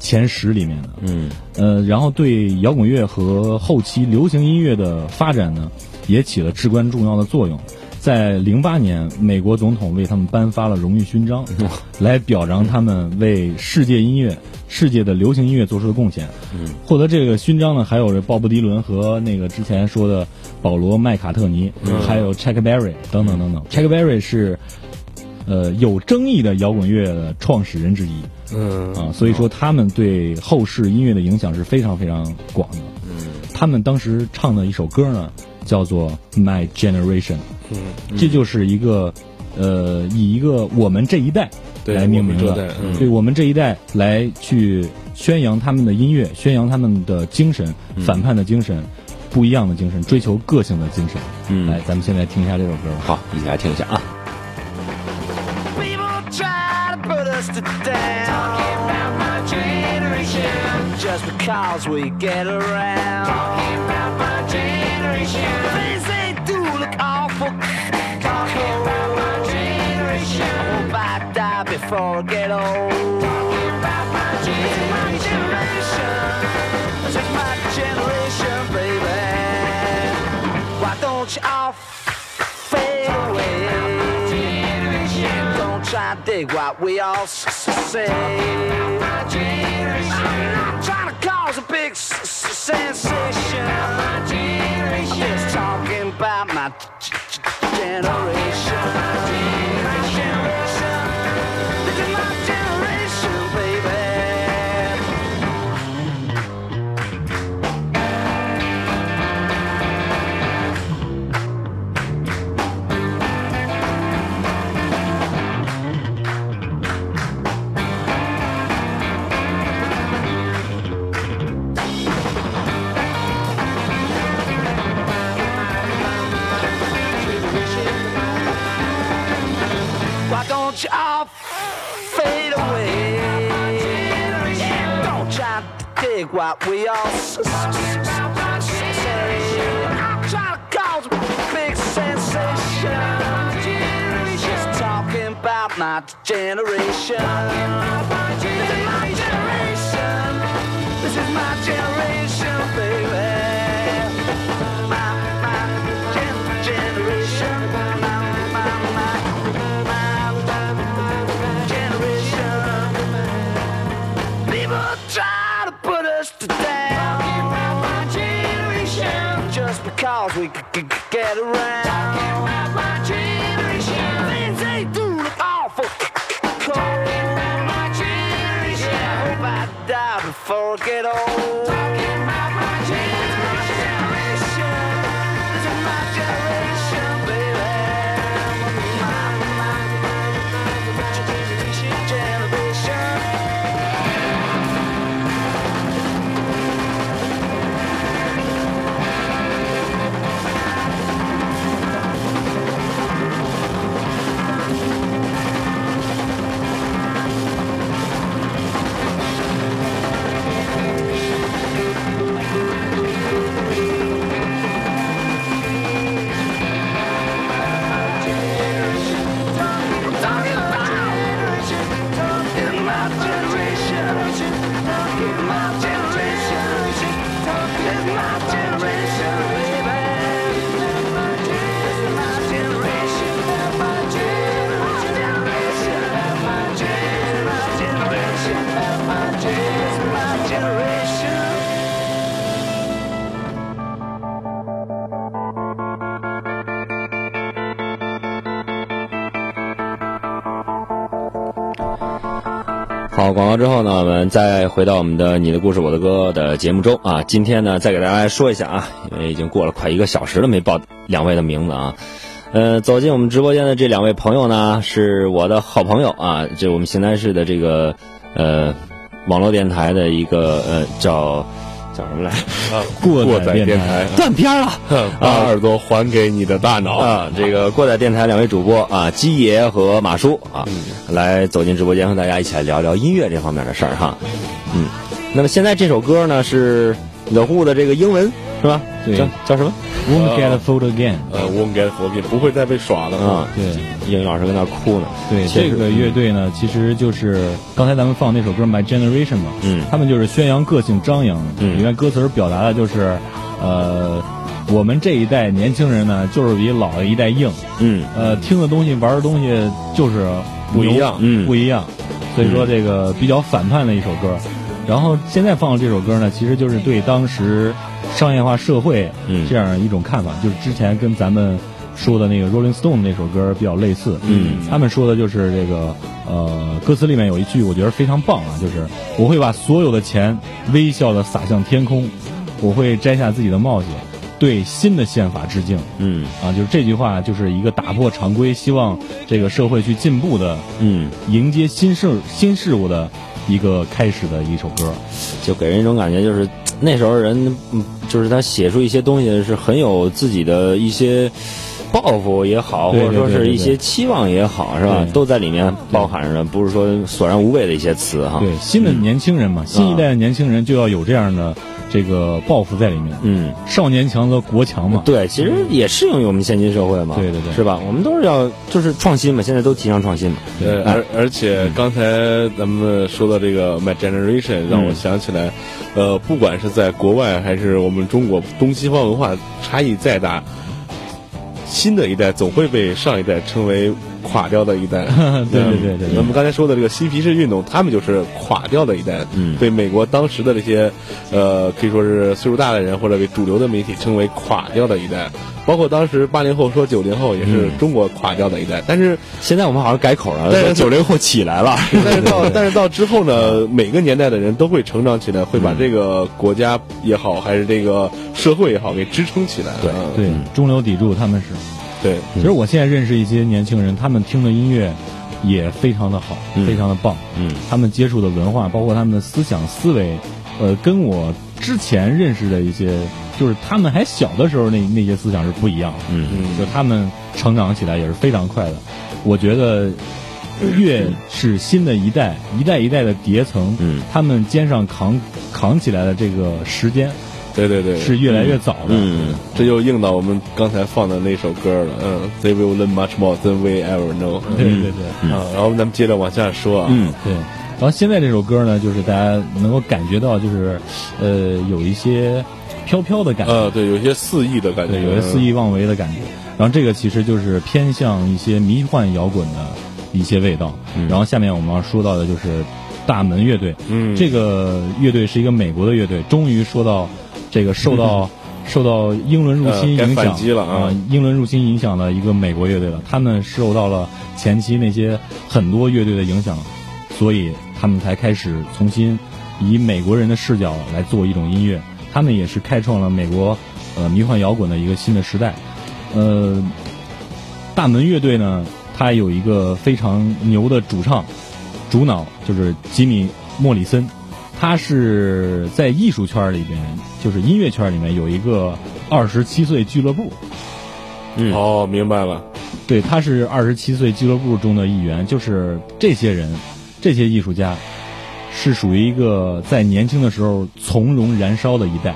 S5: 前十里面的。
S4: 嗯
S5: 呃，然后对摇滚乐和后期流行音乐的发展呢，也起了至关重要的作用。在零八年，美国总统为他们颁发了荣誉勋章，来表彰他们为世界音乐、世界的流行音乐做出的贡献。
S4: 嗯
S5: 获得这个勋章呢，还有这鲍勃迪伦和那个之前说的保罗麦卡特尼，
S3: 嗯
S5: 还有 Chuck Berry 等等等等。Chuck Berry 是呃有争议的摇滚乐的创始人之一。
S3: 嗯
S5: 啊，所以说他们对后世音乐的影响是非常非常广的。嗯，他们当时唱的一首歌呢，叫做《My Generation》，
S3: 嗯，
S5: 这就是一个呃，以一个我们这一代
S3: 对
S5: 来命名
S3: 我们这一
S5: 的
S3: 代，嗯
S5: 对我们这一代来去宣扬他们的音乐，宣扬他们的精神，反叛的精神，不一样的精神，追求个性的精神。
S4: 嗯
S5: 来，咱们现在听一下这首歌吧。
S4: 好，一起来听一下啊。
S7: People try to put us to down. Talking about my generation. Just because we get around. Talking about my generation. Things they do look awful. Talking about my generation. I hope I die before I get old. Talking about my generation. This is my generation, baby. Why don't you all fade away? Don't try to dig what we all s- s- say. I'm not trying to cause a big s- s- sensation. I'm just talking about my g- g- generation. My generation. This is my generation, baby. Why don't you all fade away? Don't try to dig what we all s- s- s- say. I'm trying to cause a big sensation. Just talking about my generation. This is my generation. This is my generation, baby my, my gen, generation, my, my, my, my generation. People try to put us to down. my generation. Just because we c- c- c- get around. Talking about my generation. Things they do look awful. c- c- Cold. my generation. I hope I die before I get old. Talking about my generation. This is my generation, baby. My, my, my generation, generation.
S4: 好，广告之后呢，我们再回到我们的《你的故事我的歌》的节目中啊。今天呢，再给大家说一下啊，因为已经过了快一个小时了，没报两位的名字啊。呃，走进我们直播间的这两位朋友呢，是我的好朋友啊，这我们邢台市的这个呃网络电台的一个呃叫叫什么来
S3: <laughs>
S4: 着？
S5: 过
S3: 过
S5: 载
S3: 载电
S5: 台，
S3: 台，
S4: <laughs> 断片了。
S3: 把耳朵还给你的大脑。
S4: 啊，这个过载电台两位主播啊，鸡爷和马叔啊，
S3: 嗯
S4: 来走进直播间和大家一起来聊聊音乐这方面的事儿哈。嗯，那么现在这首歌呢是 The Who 的这个英文是吧？
S5: 对
S4: 叫叫什么？
S5: Won't get fooled again。
S3: 呃，我们给佛币不会再被耍了
S4: 啊，
S5: 对
S4: 英语老师跟那儿哭呢。
S5: 对，
S4: 确
S5: 这
S4: 实
S5: 个乐队呢，其实就是刚才咱们放那首歌《My Generation》嘛，
S4: 嗯
S5: 他们就是宣扬个性张扬，
S4: 嗯
S5: 里面歌词表达的就是，呃，我们这一代年轻人呢，就是比老一代硬，
S4: 嗯
S5: 呃，听的东西、玩的东西就是
S4: 不一样
S5: 牛
S4: 嗯
S5: 不一样。所以说这个比较反叛的一首歌。然后现在放的这首歌呢，其实就是对当时商业化社会
S4: 嗯
S5: 这样一种看法，就是之前跟咱们说的那个 Rolling Stone 那首歌比较类似。
S4: 嗯，
S5: 他们说的就是这个呃，歌词里面有一句我觉得非常棒啊，就是我会把所有的钱微笑的洒向天空，我会摘下自己的帽子，对新的宪法致敬。
S4: 嗯
S5: 啊，就是这句话就是一个打破常规，希望这个社会去进步的，
S4: 嗯，
S5: 迎接新事新事物的一个开始的一首歌。
S4: 就给人一种感觉，就是那时候人，嗯就是他写出一些东西是很有自己的一些抱负也好，
S5: 对对
S4: 或者说
S5: 对
S4: 是
S5: 对
S4: 一些期望也好，是吧
S5: 对？
S4: 都在里面包含着，不是说索然无味的一些词哈。
S5: 对，新的年轻人嘛，新一代的年轻人就要有这样的这个抱负在里面。
S4: 嗯，
S5: 少年强则国强嘛。
S4: 对，其实也适用于我们现今社会嘛，
S5: 对对对
S4: 是吧？我们都是要就是创新嘛，现在都提倡创新嘛。
S3: 呃，而而且
S5: 嗯
S3: 刚才咱们说到这个 My Generation，让我想起来，呃，不管是在国外还是我们中国，东西方文化差异再大，新的一代总会被上一代称为垮掉的一
S4: <laughs>
S3: 代。嗯
S5: 对对对对对
S3: 那么刚才说的这个嬉皮士运动，他们就是垮掉的一代，
S4: 嗯
S3: 被美国当时的这些，呃，可以说是岁数大的人或者被主流的媒体称为垮掉的一代。包括当时八零后说九零后也是中国垮掉的一代，但是
S4: 嗯现在我们好像改口了，
S3: 但是
S4: 九零后起来了。
S3: 但是
S4: <laughs>
S3: 到但是到之后呢，每个年代的人都会成长起来，会把这个国家也好，还是这个社会也好，给支撑起来。对
S5: 对，中流砥柱他们是。
S3: 对，
S4: 嗯
S5: 其实我现在认识一些年轻人，他们听的音乐也非常的好，
S4: 嗯
S5: 非常的棒。
S4: 嗯，
S5: 他们接触的文化，包括他们的思想思维，呃，跟我之前认识的一些，就是他们还小的时候那那些思想是不一样的。
S4: 嗯
S5: 嗯，就他们成长起来也是非常快的。我觉得。越是新的一代，一代一代的叠层，
S4: 嗯
S5: 他们肩上扛扛起来的这个时间
S3: 对对对，
S5: 是越来越早的，
S4: 嗯，
S3: 这就应到我们刚才放的那首歌了。嗯，They will learn much more than we ever know。
S5: 对对对。
S3: 啊，然后咱们接着往下说啊。
S4: 嗯
S5: 对，然后现在这首歌呢，就是大家能够感觉到，就是呃，有一些飘飘的感觉，
S3: 呃，对，有一些肆意的感觉，
S5: 对，有些肆意妄为的感觉。然后这个其实就是偏向一些迷幻摇滚的一些味道。然后下面我们要说到的就是大门乐队，
S3: 嗯
S5: 这个乐队是一个美国的乐队，终于说到这个受到。受到英伦入
S3: 呃
S5: 侵
S3: 该
S5: 影响
S3: 反击了啊
S5: 呃英伦入侵影响了一个美国乐队了，他们受到了前期那些很多乐队的影响，所以他们才开始重新以美国人的视角来做一种音乐。他们也是开创了美国呃迷幻摇滚的一个新的时代。呃，大门乐队呢，它有一个非常牛的主唱，主脑就是吉米·莫里森，他是在艺术圈里边，就是音乐圈里面有一个二十七岁俱乐部，
S3: 嗯。哦，明白了。
S5: 对，他是二十七岁俱乐部中的一员，就是这些人，这些艺术家，是属于一个在年轻的时候从容燃烧的一代。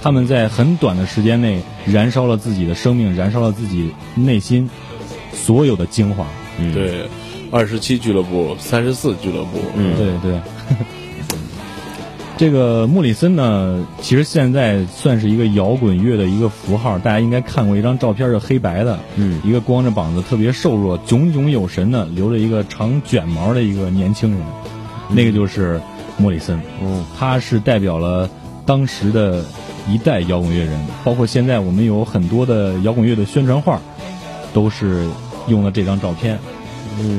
S5: 他们在很短的时间内燃烧了自己的生命，燃烧了自己内心所有的精华。
S3: 对，二十七俱乐部，三十四俱乐部。嗯
S5: 对对。 <laughs> 这个莫里森呢，其实现在算是一个摇滚乐的一个符号，大家应该看过一张照片，是黑白的，
S4: 嗯，
S5: 一个光着膀子、特别瘦弱、炯炯有神的，留着一个长卷毛的一个年轻人，那个就是莫里森，
S4: 嗯，
S5: 他是代表了当时的一代摇滚乐人，包括现在我们有很多的摇滚乐的宣传画，都是用了这张照片，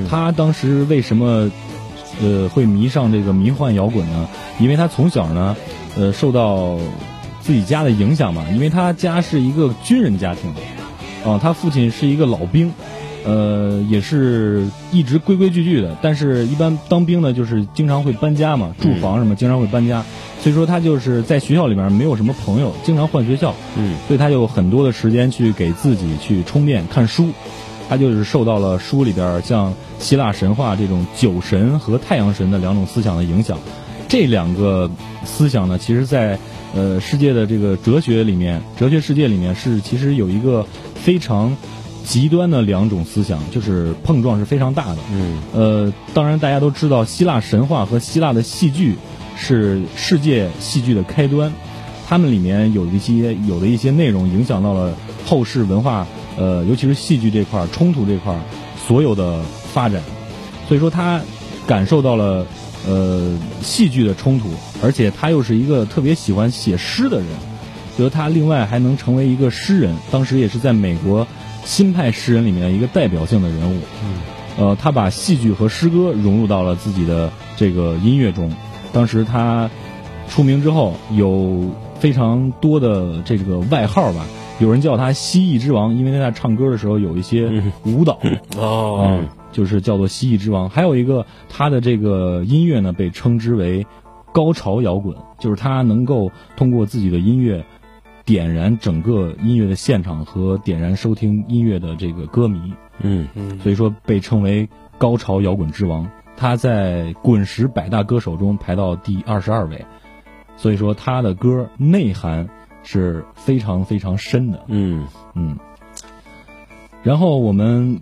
S5: 他当时为什么呃会迷上这个迷幻摇滚呢？因为他从小呢，呃受到自己家的影响吧，因为他家是一个军人家庭，啊、他父亲是一个老兵，呃，也是一直规规矩矩的，但是一般当兵呢，就是经常会搬家嘛，住房什么、经常会搬家，所以说他就是在学校里面没有什么朋友，经常换学校，
S4: 嗯，
S5: 所以他有很多的时间去给自己去充电、看书。他就是受到了书里边儿像希腊神话这种酒神和太阳神的两种思想的影响，这两个思想呢，其实在呃世界的这个哲学里面，哲学世界里面是其实有一个非常极端的两种思想，就是碰撞是非常大的。
S4: 嗯，
S5: 呃，当然大家都知道，希腊神话和希腊的戏剧是世界戏剧的开端，他们里面有的一些有的一些内容影响到了后世文化，呃，尤其是戏剧这块儿、冲突这块儿所有的发展。所以说他感受到了呃戏剧的冲突，而且他又是一个特别喜欢写诗的人，觉得他另外还能成为一个诗人，当时也是在美国新派诗人里面的一个代表性的人物。呃，他把戏剧和诗歌融入到了自己的这个音乐中。当时他出名之后，有非常多的这个外号吧，有人叫他“蜥蜴之王”，因为他唱歌的时候有一些舞蹈。
S3: 哦，
S4: 嗯
S5: 就是叫做《蜥蜴之王》。还有一个，他的这个音乐呢，被称之为高潮摇滚，就是他能够通过自己的音乐点燃整个音乐的现场和点燃收听音乐的这个歌迷。
S4: 嗯
S3: 嗯
S5: 所以说被称为高潮摇滚之王。他在滚石百大歌手中排到第二十二位，所以说他的歌内涵是非常非常深的。
S4: 嗯
S5: 嗯，然后我们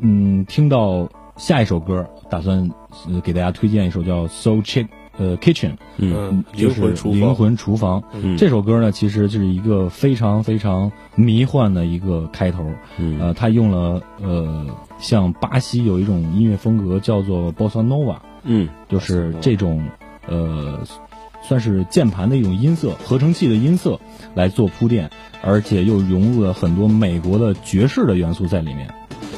S5: 嗯听到下一首歌，打算、呃给大家推荐一首叫《So Chick》呃 Kitchen，
S4: 嗯
S3: 嗯，
S5: 就
S3: 灵
S5: 是
S3: 魂厨
S5: 灵
S3: 房，
S5: 魂厨房。
S4: 嗯
S5: 这首歌呢，其实就是一个非常非常迷幻的一个开头。
S4: 嗯
S5: 呃，他用了呃，像巴西有一种音乐风格叫做 bossa nova，
S4: 嗯
S5: 就是这种呃，算是键盘的一种音色，合成器的音色来做铺垫，而且又融入了很多美国的爵士的元素在里面。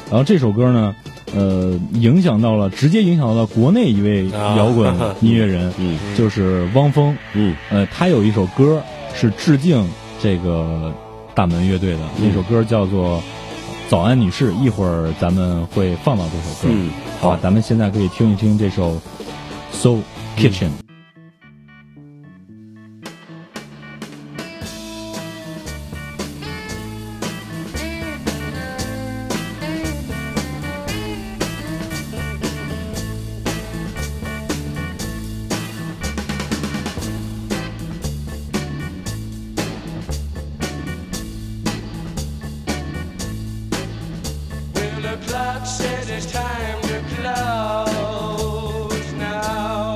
S5: 然后这首歌呢，呃，影响到了，直接影响到了国内一位
S3: 啊
S5: 摇滚音乐人，
S4: 嗯
S5: 就是汪峰。
S4: 嗯
S5: 呃，他有一首歌是致敬这个大门乐队的，那
S4: 嗯
S5: 首歌叫做《早安女士》，一会儿咱们会放到这首歌。
S4: 嗯，
S5: 好吧，咱们现在可以听一听这首《Soul Kitchen》。
S2: Well, the clock says it's time to close now.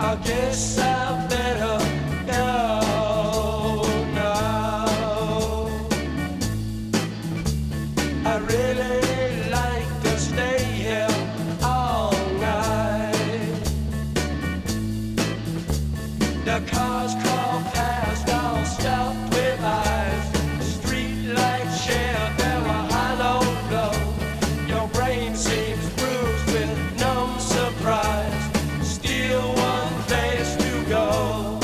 S2: I guess I better go now. I really like to stay here all night. The cars crawl past, all stuffed with eyes. Street lights shed their hollow glow. Your brain seems bruised with numb surprise. Still one place to go.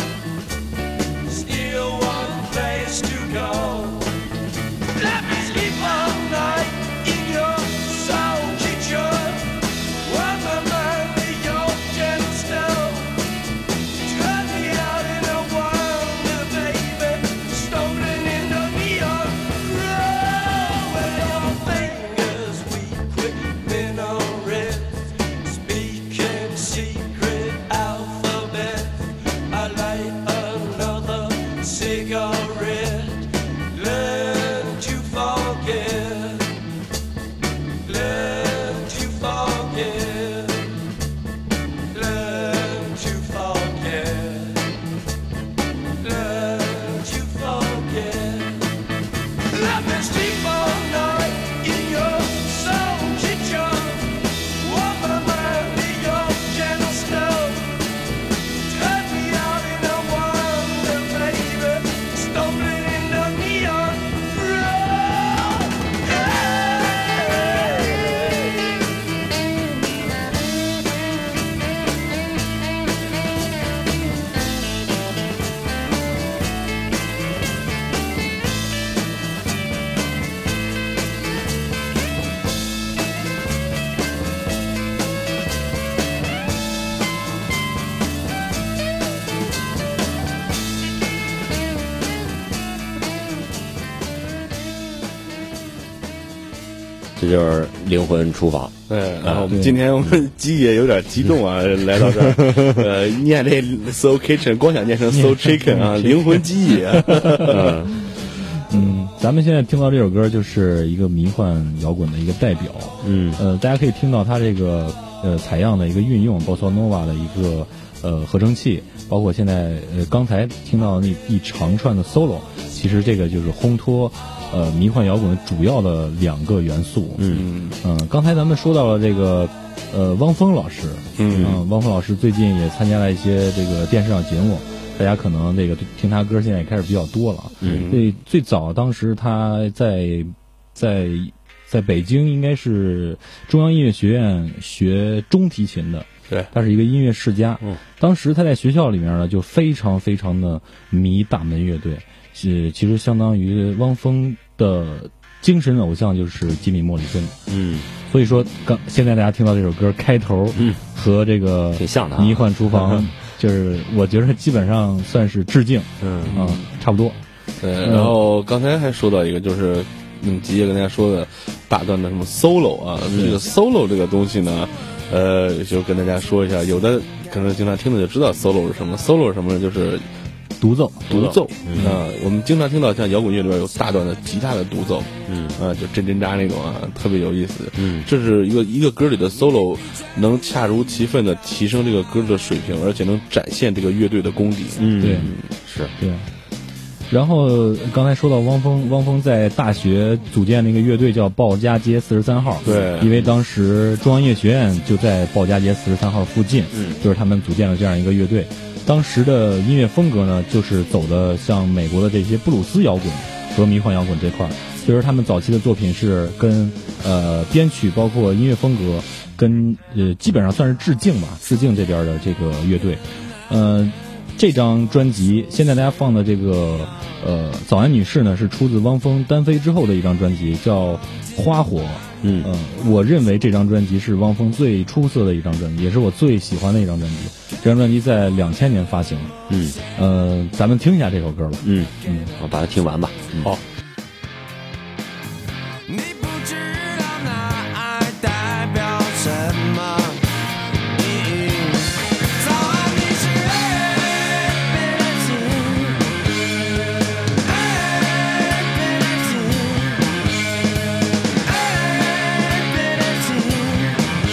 S4: 这就是灵魂厨房。
S3: 对，哎
S5: 啊
S3: 然后我们今天我们鸡也有点激动
S5: <laughs>
S3: 啊，来到这儿，呃，念这 so kitchen，光想念成 so chicken 啊，灵魂记忆啊，
S5: 嗯，咱们现在听到这首歌就是一个迷幻摇滚的一个代表，
S4: 嗯
S5: 呃，大家可以听到它这个呃采样的一个运用，bossa nova 的一个呃合成器，包括现在呃刚才听到那一长串的 solo，其实这个就是烘托呃迷幻摇滚主要的两个元素。
S4: 嗯
S5: 嗯，刚才咱们说到了这个呃汪峰老师，嗯、汪峰老师最近也参加了一些这个电视上节目。大家可能这个听他歌现在也开始比较多了，嗯，最最早当时他在在在北京应该是中央音乐学院学中提琴的，
S3: 对
S5: 他是一个音乐世家。
S3: 嗯，
S5: 当时他在学校里面呢，就非常非常的迷大门乐队，是其实相当于汪峰的精神偶像就是吉米·莫里森。
S4: 嗯，
S5: 所以说，刚现在大家听到这首歌开头，嗯，和这个
S4: 挺像的啊
S5: 迷幻厨房》就是我觉得基本上算是致敬，嗯啊，差不多。
S3: 对，然后刚才还说到一个，就是嗯，吉爷跟大家说的大段的什么 solo 啊，这个 solo 这个东西呢，呃，就跟大家说一下，有的可能经常听的就知道 solo 是什么，solo 是什么呢？就是
S5: 独奏，
S3: 独奏啊、我们经常听到像摇滚乐里边有大段的吉他的独奏，嗯啊、就真真扎那种啊，特别有意思。嗯，这是一个一个歌里的 solo 能恰如其分的提升这个歌的水平，而且能展现这个乐队的功底。嗯，
S5: 对，
S4: 是
S5: 对。然后刚才说到汪峰，汪峰在大学组建了一个乐队叫鲍家街四十三号，
S3: 对
S5: 因为当时中央音乐学院就在鲍家街四十三号附近，嗯，就是他们组建了这样一个乐队。当时的音乐风格呢，就是走的像美国的这些布鲁斯摇滚和迷幻摇滚这块儿。其实他们早期的作品是跟呃编曲包括音乐风格跟呃基本上算是致敬吧，致敬这边的这个乐队。呃，这张专辑现在大家放的这个呃《早安女士》呢，是出自汪峰单飞之后的一张专辑，叫《花火》。
S4: 嗯
S5: 呃，我认为这张专辑是汪峰最出色的一张专辑，也是我最喜欢的一张专辑。这张专辑在两千年发行。
S4: 嗯
S5: 呃，咱们听一下这首歌吧。
S4: 嗯
S5: 嗯，
S4: 我把它听完吧。嗯
S3: 好
S2: 你不知道那爱代表什么。早安，你是哎，别担心，哎，别担心，哎，别担心。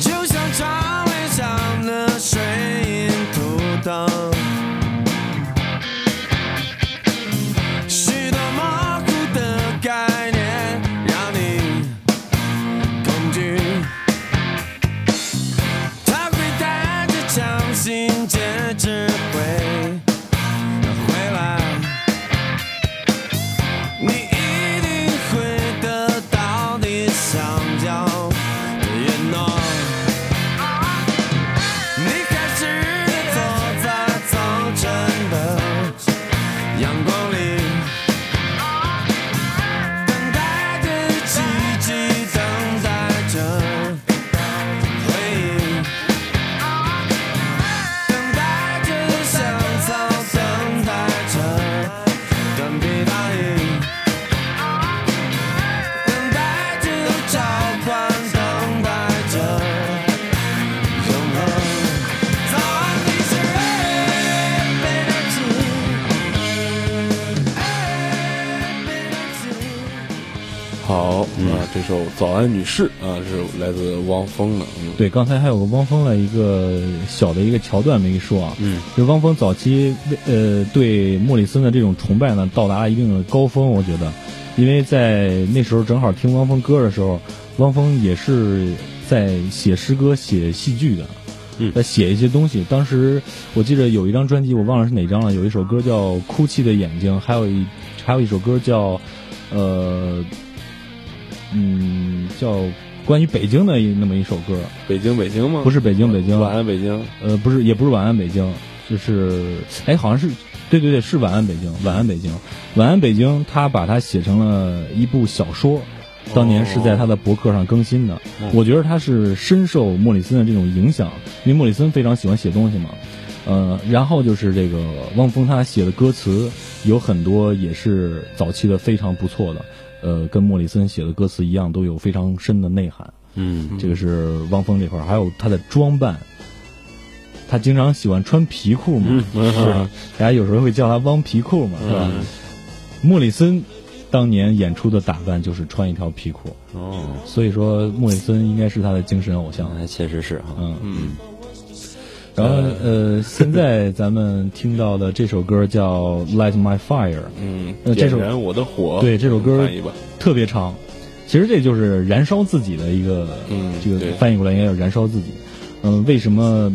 S2: 就像窗帘上的水银图腾，许多模糊的概念让你恐惧。他会带着强行截止回回来，你一定会得到你想要的允诺。你还是坐在早晨的阳光里，等待着奇迹，等待着回忆，等待着香草，等待着干皮大衣，等待着召唤，等待着。永恒。早安，你是哎，别担心，哎，别担心。
S3: 好，啊，这首《早安女士》啊，是来自汪峰的，嗯，
S5: 对，刚才还有个汪峰的一个小的一个桥段没说啊，嗯，就是汪峰早期呃对莫里森的这种崇拜呢，到达了一定的高峰，我觉得，因为在那时候正好听汪峰歌的时候，汪峰也是在写诗歌、写戏剧的，
S3: 嗯
S5: 在写一些东西。当时我记得有一张专辑，我忘了是哪张了，有一首歌叫《哭泣的眼睛》，还有一还有一首歌叫呃嗯叫关于北京的一那么一首歌，
S3: 北京，北京吗？
S5: 不是北京，北京
S3: 晚安，北京。
S5: 呃，不是，也不是晚安北京，就是，哎，好像是，对对对，是晚安北京，晚安北京，晚安北京，他把它写成了一部小说，当年是在他的博客上更新的。我觉得他是深受莫里森的这种影响，因为莫里森非常喜欢写东西嘛。呃，然后就是这个汪峰他写的歌词有很多也是早期的非常不错的，呃，跟莫里森写的歌词一样，都有非常深的内涵。
S1: 嗯，
S5: 这个是汪峰这块儿，还有他的装扮，他经常喜欢穿皮裤嘛，是吧大家有时候会叫他汪皮裤嘛，是吧？莫里森当年演出的打扮就是穿一条皮裤，
S3: 哦，
S5: 所以说莫里森应该是他的精神偶像。
S4: 哎，确实是哈。
S5: 嗯嗯。然后呃，现在咱们听到的这首歌叫《Light My Fire》，
S3: 嗯，
S5: 呃这首
S3: 点燃我的火。
S5: 对这首歌
S3: 哦翻译吧。
S5: 特别长。其实这就是燃烧自己的一个，
S3: 嗯
S5: 这
S3: 对
S5: 个翻译过来应该叫燃烧自己。嗯、为什么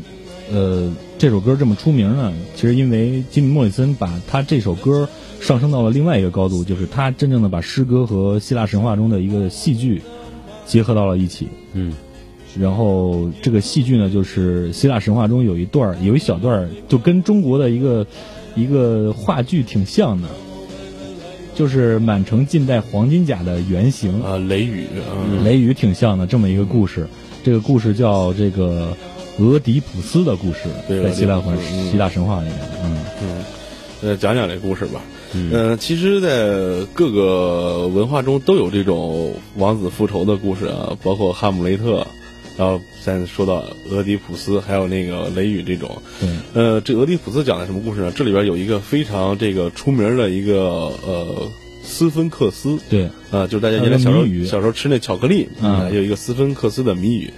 S5: 呃这首歌这么出名呢？其实因为吉米·莫里森把他这首歌上升到了另外一个高度，就是他真正的把诗歌和希腊神话中的一个戏剧结合到了一起。
S1: 嗯，
S5: 然后这个戏剧呢，就是希腊神话中有一段儿有一小段儿就跟中国的一个一个话剧挺像的，就是满城尽带黄金甲的原型。
S3: 啊，雷雨。嗯
S5: 雷雨挺像的这么一个故事。这个故事叫这个俄狄浦斯的故事，
S3: 对
S5: 在希腊
S3: 俄
S5: 文
S3: 狄浦斯嗯
S5: 希腊神话里面，嗯，
S3: 呃，讲讲这故事吧。嗯、呃，其实，在各个文化中都有这种王子复仇的故事啊，包括《哈姆雷特》，然后现在说到俄狄浦斯，还有那个雷雨这种。
S5: 对，
S3: 呃，这俄狄浦斯讲的什么故事呢？这里边有一个非常这个出名的一个呃斯芬克斯。
S5: 对，
S3: 呃，就是大家
S5: 还有
S3: 原来
S5: 个
S3: 小时候
S5: 谜语
S3: 小时候吃那巧克力，
S5: 嗯
S3: 呃有一个斯芬克斯的谜语。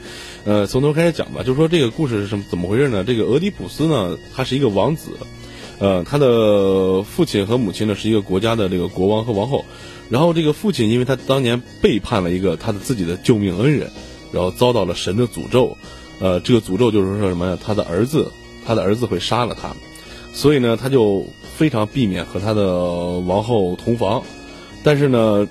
S3: 呃，从头开始讲吧，就说这个故事是什么怎么回事呢？这个俄狄浦斯呢，他是一个王子，呃，他的父亲和母亲呢是一个国家的这个国王和王后，然后这个父亲因为他当年背叛了一个他的自己的救命恩人，然后遭到了神的诅咒，呃，这个诅咒就是说什么呢？他的儿子，他的儿子会杀了他，所以呢，他就非常避免和他的王后同房，但是呢，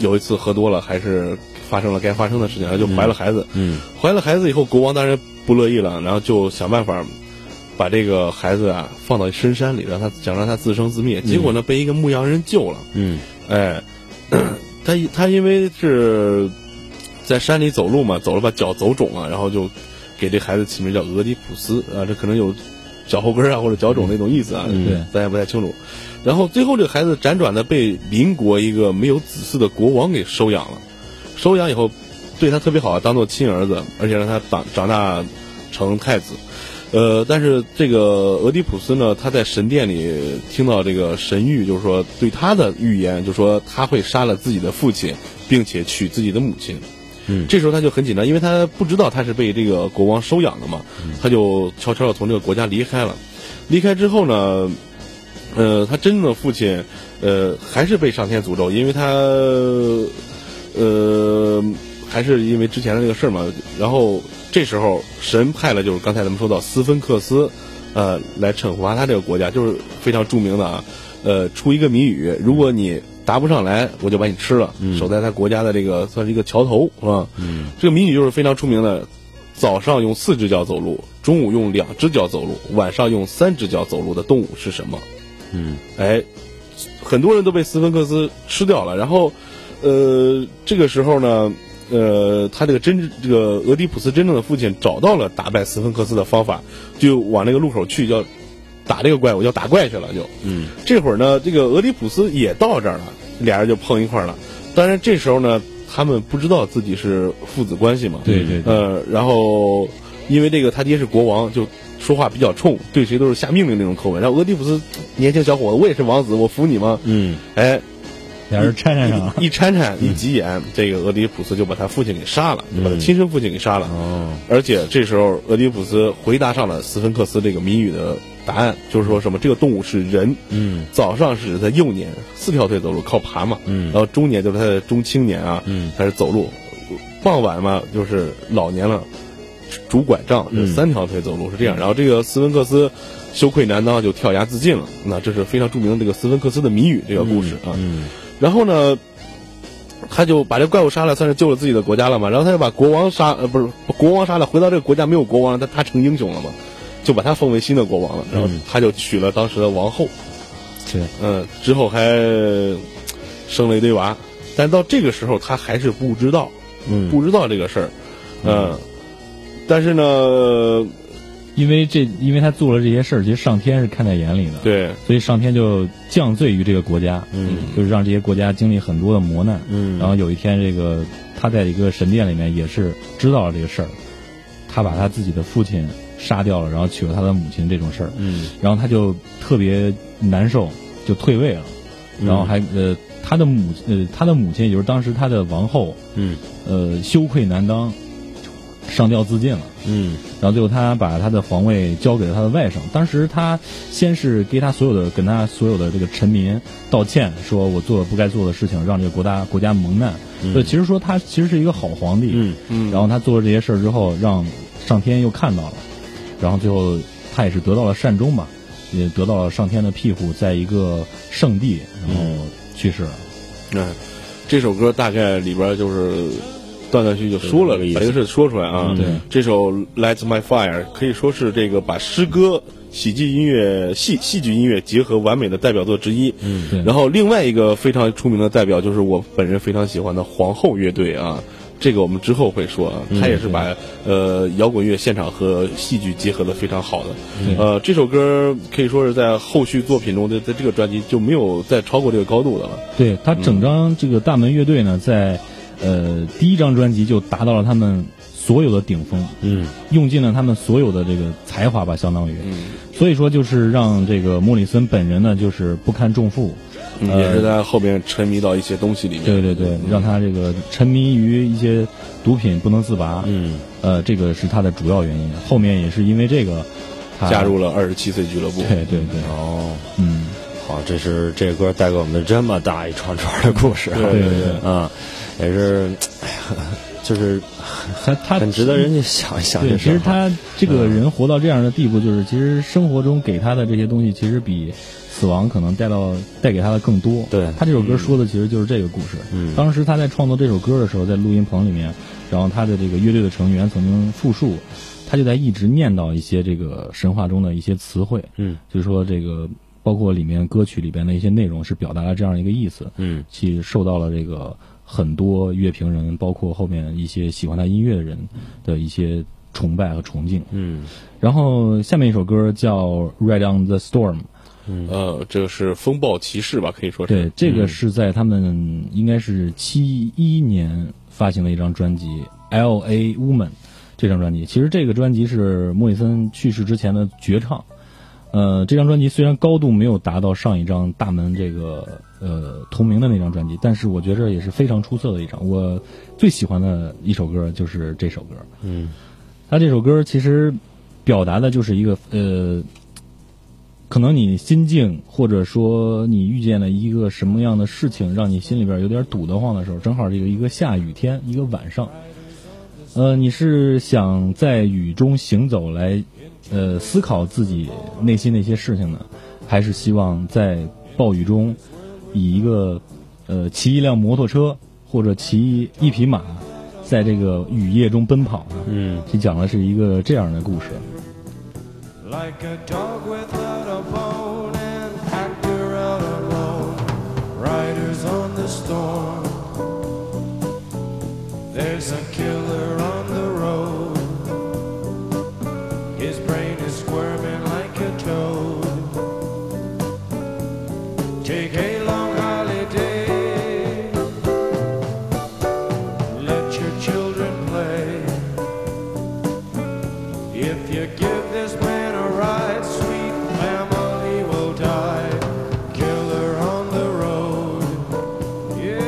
S3: 有一次喝多了，还是发生了该发生的事情，然后就怀了孩子。
S4: 嗯，
S3: 怀了孩子以后，国王当然不乐意了，然后就想办法把这个孩子啊放到深山里，让他想让他自生自灭。结果呢，被一个牧羊人救了。
S4: 嗯，
S3: 哎， <clears throat> 他他因为是在山里走路嘛，走了把脚走肿了，然后就给这孩子起名叫俄狄浦斯啊，这可能有脚后跟儿啊或者脚肿那种意思啊，
S5: 对
S4: 嗯
S3: 咱也不太清楚。然后最后这个孩子辗转的被邻国一个没有子嗣的国王给收养了，收养以后对他特别好，当做亲儿子，而且让他长长大成太子。呃，但是这个俄狄浦斯呢，他在神殿里听到这个神谕，就是说对他的预言，就说他会杀了自己的父亲，并且娶自己的母亲。
S4: 嗯
S3: 这时候他就很紧张，因为他不知道他是被这个国王收养的嘛，他就悄悄的从这个国家离开了。离开之后呢，呃，他真正的父亲，呃，还是被上天诅咒，因为他，呃，还是因为之前的那个事儿嘛。然后这时候神派了，就是刚才咱们说到斯芬克斯，呃，来惩罚他这个国家，就是非常著名的啊，呃，出一个谜语，如果你答不上来，我就把你吃了，守在他国家的这个算是一个桥头，是吧？嗯，这个谜语就是非常出名的，早上用四只脚走路，中午用两只脚走路，晚上用三只脚走路的动物是什么？
S4: 嗯，
S3: 哎，很多人都被斯芬克斯吃掉了。然后，呃，这个时候呢，呃，他这个真这个俄狄浦斯真正的父亲找到了打败斯芬克斯的方法，就往那个路口去，要打这个怪物，要打怪去了就。
S4: 嗯，
S3: 这会儿呢，这个俄狄浦斯也到这儿了，俩人就碰一块儿了。当然这时候呢，他们不知道自己是父子关系嘛。
S5: 对对对，
S3: 呃，然后因为这个他爹是国王，就说话比较冲，对谁都是下命令那种口吻。然后俄狄浦斯年轻小伙子，我也是王子，我服你吗？
S4: 嗯，
S3: 哎，
S5: 俩人掺掺上了， <laughs>
S3: 一掺掺一急眼，这个俄狄浦斯就把他父亲给杀了，就把他亲生父亲给杀了。
S4: 嗯哦，
S3: 而且这时候俄狄浦斯回答上了斯芬克斯这个谜语的答案，就是说什么这个动物是人，
S4: 嗯
S3: 早上是他幼年四条腿走路靠爬嘛，
S4: 嗯
S3: 然后中年就是他的中青年啊，
S4: 嗯
S3: 开始走路，傍晚嘛就是老年了，拄拐杖，
S4: 嗯
S3: 是三条腿走路，是这样。然后这个斯芬克斯羞愧难当，就跳崖自尽了。那这是非常著名的这个斯芬克斯的谜语这个故事
S4: 嗯
S3: 啊。然后呢，他就把这个怪物杀了，算是救了自己的国家了嘛。然后他又把国王杀，呃，不是国王杀了，回到这个国家没有国王了，他他成英雄了嘛，就把他封为新的国王了。然后他就娶了当时的王后，
S5: 对，
S3: 嗯，之后还呃生了一堆娃，但到这个时候他还是不知道，
S4: 嗯
S3: 不知道这个事儿，嗯，但是呢，
S5: 因为这，因为他做了这些事儿，其实上天是看在眼里的，，
S3: 对，
S5: 所以上天就降罪于这个国家，嗯，就是让这些国家经历很多的磨难，嗯，然后有一天，这个他在一个神殿里面也是知道了这个事儿，他把他自己的父亲杀掉了，然后娶了他的母亲这种事儿，嗯，然后他就特别难受，就退位了，然后还呃，他的母呃，他的母亲也就是当时他的王后，
S4: 嗯，
S5: 呃，羞愧难当，上吊自尽了。
S4: 嗯
S5: 然后最后他把他的皇位交给了他的外甥。当时他先是给他所有的跟他所有的这个臣民道歉，说我做了不该做的事情，让这个国家国家蒙难。所以其实说他其实是一个好皇帝。
S4: 嗯
S3: 嗯
S5: 然后他做了这些事儿之后，让上天又看到了，然后最后他也是得到了善终吧，也得到了上天的庇护，在一个圣地，然后去世了。
S3: 嗯，这首歌大概里边就是断断续续就说了，把这个事说出来啊。
S5: 嗯对
S3: 这首《Light My Fire》可以说是这个把诗歌、喜剧音乐、戏戏剧音乐结合完美的代表作之一。嗯
S5: 对
S3: 然后另外一个非常出名的代表就是我本人非常喜欢的皇后乐队啊。这个我们之后会说啊，
S5: 嗯
S3: 他也是把、呃摇滚乐现场和戏剧结合的非常好的。呃，这首歌可以说是在后续作品中，在在这个专辑就没有再超过这个高度的了。
S5: 对他整张这个大门乐队呢，在呃第一张专辑就达到了他们所有的顶峰，
S4: 嗯，
S5: 用尽了他们所有的这个才华吧，相当于，所以说就是让这个莫里森本人呢，就是不堪重负，
S3: 嗯，也是在后边沉迷到一些东西里面。嗯
S5: 对对对，让他这个沉迷于一些毒品不能自拔，
S4: 嗯，
S5: 呃，这个是他的主要原因，后面也是因为这个，他
S3: 加，入了二十七岁俱乐部。
S5: 对对对，
S4: 哦，
S5: 嗯，
S4: 好，这是这歌带给我们这么大一串串的故事啊，
S3: 对
S5: 对对对，
S4: 啊，也是，哎呀，就是
S5: 他他
S4: 很值得人去想一想
S5: 对，
S4: 这
S5: 其
S4: 事
S5: 实
S4: 儿。啊
S5: 他这个人活到这样的地步，就是其实生活中给他的这些东西，其实比死亡可能带到带给他的更多。
S4: 对
S5: 他这首歌说的其实就是这个故事。
S4: 嗯
S5: 当时他在创作这首歌的时候，在录音棚里面，然后他的这个乐队的成员曾经复述，他就在一直念叨一些这个神话中的一些词汇。
S4: 嗯，
S5: 就是说这个包括里面歌曲里边的一些内容，是表达了这样一个意思。
S4: 嗯，
S5: 其实受到了这个很多乐评人，包括后面一些喜欢他音乐的人的一些崇拜和崇敬。
S4: 嗯
S5: 然后下面一首歌叫《Ride on the Storm》，嗯
S3: 呃，这个是风暴骑士吧，可以说是。
S5: 对，这个是在他们应该是七一年发行的一张专辑《L A Woman》这张专辑。其实这个专辑是莫里森去世之前的绝唱。呃，这张专辑虽然高度没有达到上一张《大门》这个呃同名的那张专辑，但是我觉着也是非常出色的一张。我最喜欢的一首歌就是这首歌。
S4: 嗯
S5: 他这首歌其实表达的就是一个呃，可能你心境或者说你遇见了一个什么样的事情，让你心里边有点堵得慌的时候，正好这个一个下雨天，一个晚上，呃，你是想在雨中行走来，呃，思考自己内心的一些事情呢，还是希望在暴雨中以一个呃骑一辆摩托车或者骑一一匹马，在这个雨夜中奔跑呢？
S4: 嗯
S5: 这讲的是一个这样的故事。
S2: Like a dog without a bone, an actor out alone, riders on the storm. There's a killer on the road. His brain is squirming like a toad. Take a long holiday. Let your children play. If you give this man a ride, sweet family will die. Killer on the road. Yeah.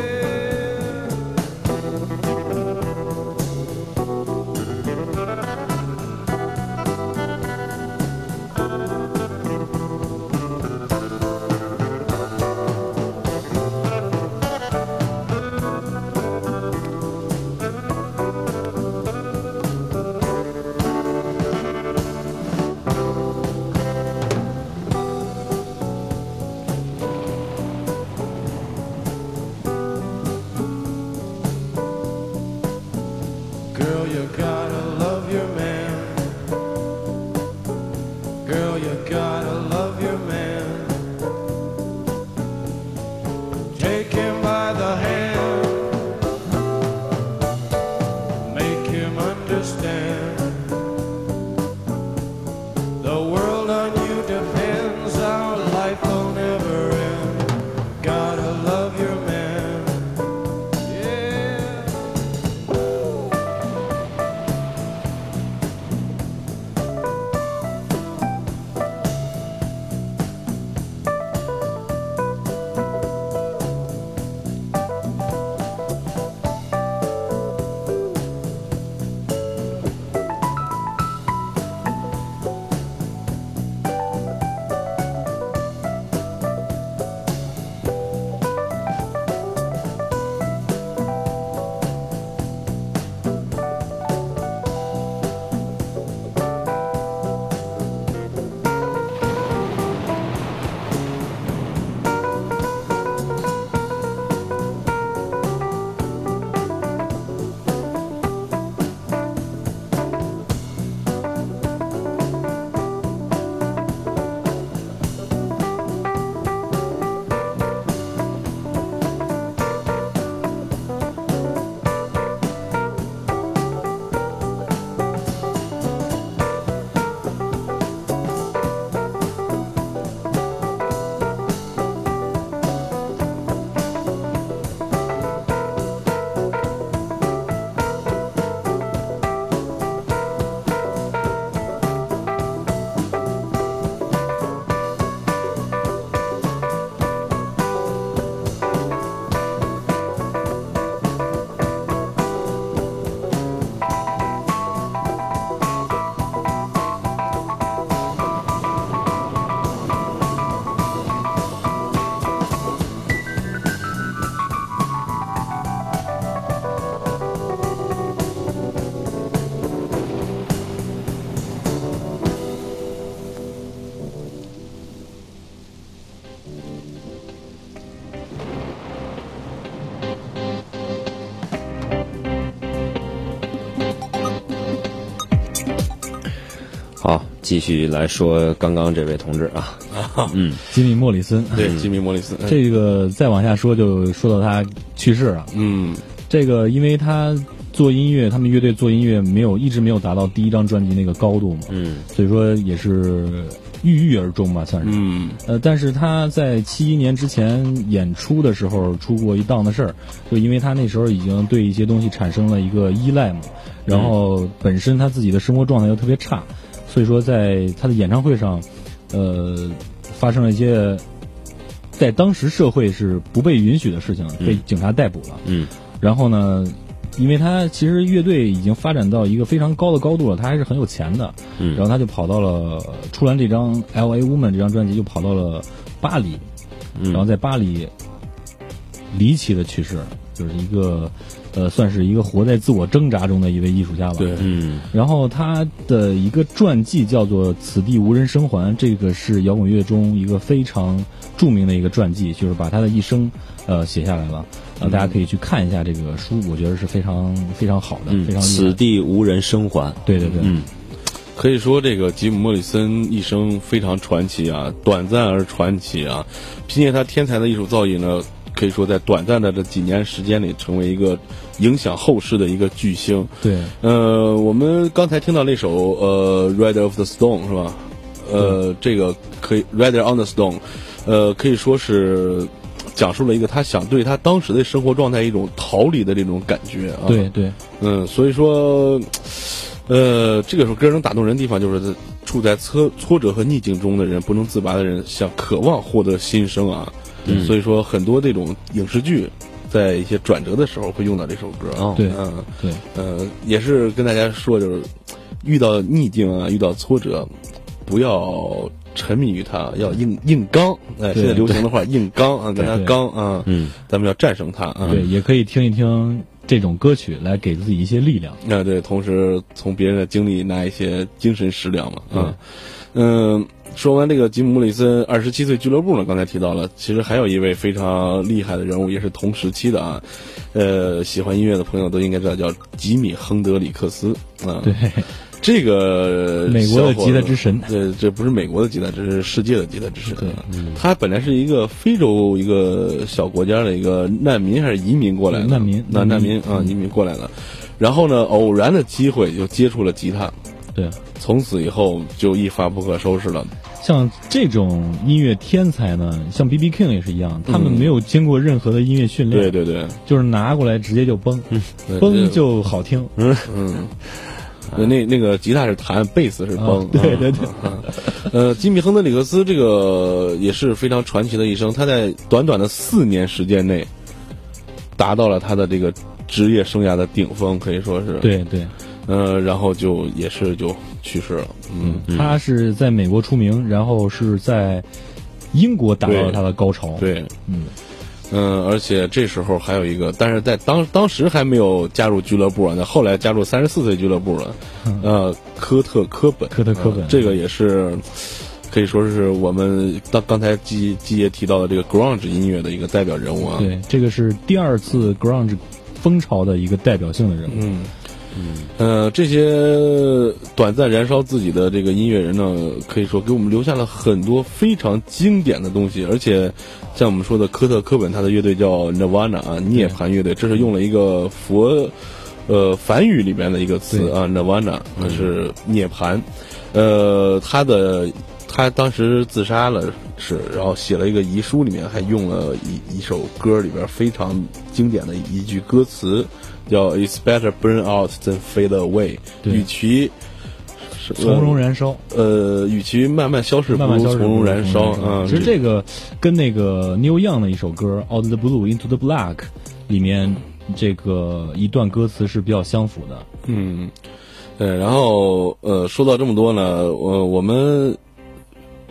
S4: 好，继续来说刚刚这位同志啊，嗯，
S5: 吉米·莫里森，
S3: <laughs> 对，吉米·莫里斯，嗯
S5: 这个再往下说就说到他去世了。
S3: 嗯
S5: 这个因为他做音乐，他们乐队做音乐没有一直没有达到第一张专辑那个高度嘛，
S4: 嗯，
S5: 所以说也是郁郁而终吧，算是。
S3: 嗯
S5: 呃，但是他在七一年之前演出的时候出过一档子事儿，就因为他那时候已经对一些东西产生了一个依赖嘛，
S3: 嗯
S5: 然后本身他自己的生活状态又特别差，所以说在他的演唱会上，呃，发生了一些在当时社会是不被允许的事情，被警察逮捕了。
S4: 嗯，
S5: 然后呢，因为他其实乐队已经发展到一个非常高的高度了，他还是很有钱的。
S4: 嗯
S5: 然后他就跑到了出完这张《L A Woman》这张专辑，就跑到了巴黎，
S4: 嗯
S5: 然后在巴黎离奇的去世，就是一个呃，算是一个活在自我挣扎中的一位艺术家吧。
S3: 对
S4: 嗯
S5: 然后他的一个传记叫做《此地无人生还》，这个是摇滚乐中一个非常著名的一个传记，就是把他的一生呃写下来了。呃，大家可以去看一下这个书，我觉得是非常非常好的，非
S4: 嗯，
S5: 常
S4: 此
S5: 厉害。
S4: 地无人生还，
S5: 对对对，
S4: 嗯
S3: 可以说，这个吉姆·莫里森一生非常传奇啊，短暂而传奇啊。凭借他天才的艺术造诣呢，可以说在短暂的这几年时间里，成为一个影响后世的一个巨星。
S5: 对
S3: 呃，我们刚才听到那首呃《Red of the Stone》是吧？呃，这个可以《Red on the Stone》，呃，可以说是讲述了一个他想对他当时的生活状态一种逃离的这种感觉啊。
S5: 对对，
S3: 嗯，所以说，呃，这个首歌能打动人的地方就是处在挫挫折和逆境中的人，不能自拔的人，想渴望获得新生啊。
S4: 嗯
S3: 所以说，很多这种影视剧，在一些转折的时候会用到这首歌。
S4: 哦
S5: 对
S3: 嗯，
S5: 对，
S3: 呃，也是跟大家说，就是遇到逆境啊，遇到挫折，不要沉迷于它，要硬硬刚。哎，
S5: 对
S3: 现在流行的话，硬刚啊，跟他
S5: 对
S3: 刚啊，
S4: 嗯，
S3: 咱们要战胜它啊。
S5: 对，也可以听一听这种歌曲来给自己一些力量。
S3: 啊，对，同时从别人的经历拿一些精神食粮嘛，啊，嗯，说完这个吉姆·莫里森二十七岁俱乐部呢，刚才提到了，其实还有一位非常厉害的人物，也是同时期的啊，呃，喜欢音乐的朋友都应该知道，叫吉米·亨德里克斯啊，
S5: 对，
S3: 这个
S5: 美国的
S3: 小伙
S5: 吉他
S3: 子
S5: 之神
S3: 这这不是美国的吉他，这是世界的吉他之神。
S5: 对
S3: 他本来是一个非洲一个小国家的一个难民还是移民过来的？
S5: 对难民
S3: 那难
S5: 难
S3: 民
S5: 民
S3: 啊，移民过来了。然后呢，偶然的机会就接触了吉他，
S5: <laughs> 对，
S3: 从此以后就一发不可收拾了。
S5: 像这种音乐天才呢，像 B B King 也是一样，他们
S3: 嗯
S5: 没有经过任何的音乐训练，
S3: 对对对，
S5: 就是拿过来直接就崩，
S3: 嗯对
S5: 崩就好听。
S3: 嗯，那那个吉他是弹，贝斯是崩。
S5: 啊对对对
S3: 啊。呃，吉米·亨德里克斯这个也是非常传奇的一生，他在短短的四年时间内，达到了他的这个职业生涯的顶峰，可以说是。。
S5: 对对，
S3: 呃，然后就也是就去世了。嗯，
S5: 他是在美国出名，然后是在英国达到了他的高潮。
S3: 对。
S5: 嗯
S3: 嗯，而且这时候还有一个，但是在当当时还没有加入俱乐部啊，那后来加入三十四岁俱乐部了，呃，科特科本，
S5: 嗯科特科本
S3: 呃这个也是可以说是我们刚刚才基基爷提到的这个 grunge 音乐的一个代表人物啊，
S5: 对，这个是第二次 grunge 风潮的一个代表性的人物。
S3: 嗯，呃，这些短暂燃烧自己的这个音乐人呢，可以说给我们留下了很多非常经典的东西，而且像我们说的科特·科本，他的乐队叫 Nirvana 啊，涅槃乐队，这是用了一个佛。呃，梵语里面的一个词
S5: 对
S3: 啊，nirvana 是涅槃，呃，他的他当时自杀了是，然后写了一个遗书，里面还用了一一首歌里边非常经典的一句歌词，叫 "It's better burn out than fade away"，
S5: 对
S3: 与其是
S5: 从容燃烧，
S3: 呃，与其慢慢消逝，不
S5: 慢慢
S3: 如
S5: 消
S3: 从
S5: 失，嗯
S3: 容燃烧啊。
S5: 其实这个跟那个 Neil Young 的一首歌《Out of the Blue Into the Black》里面这个一段歌词是比较相符的。
S3: 嗯，对，然后呃，说到这么多呢，我我们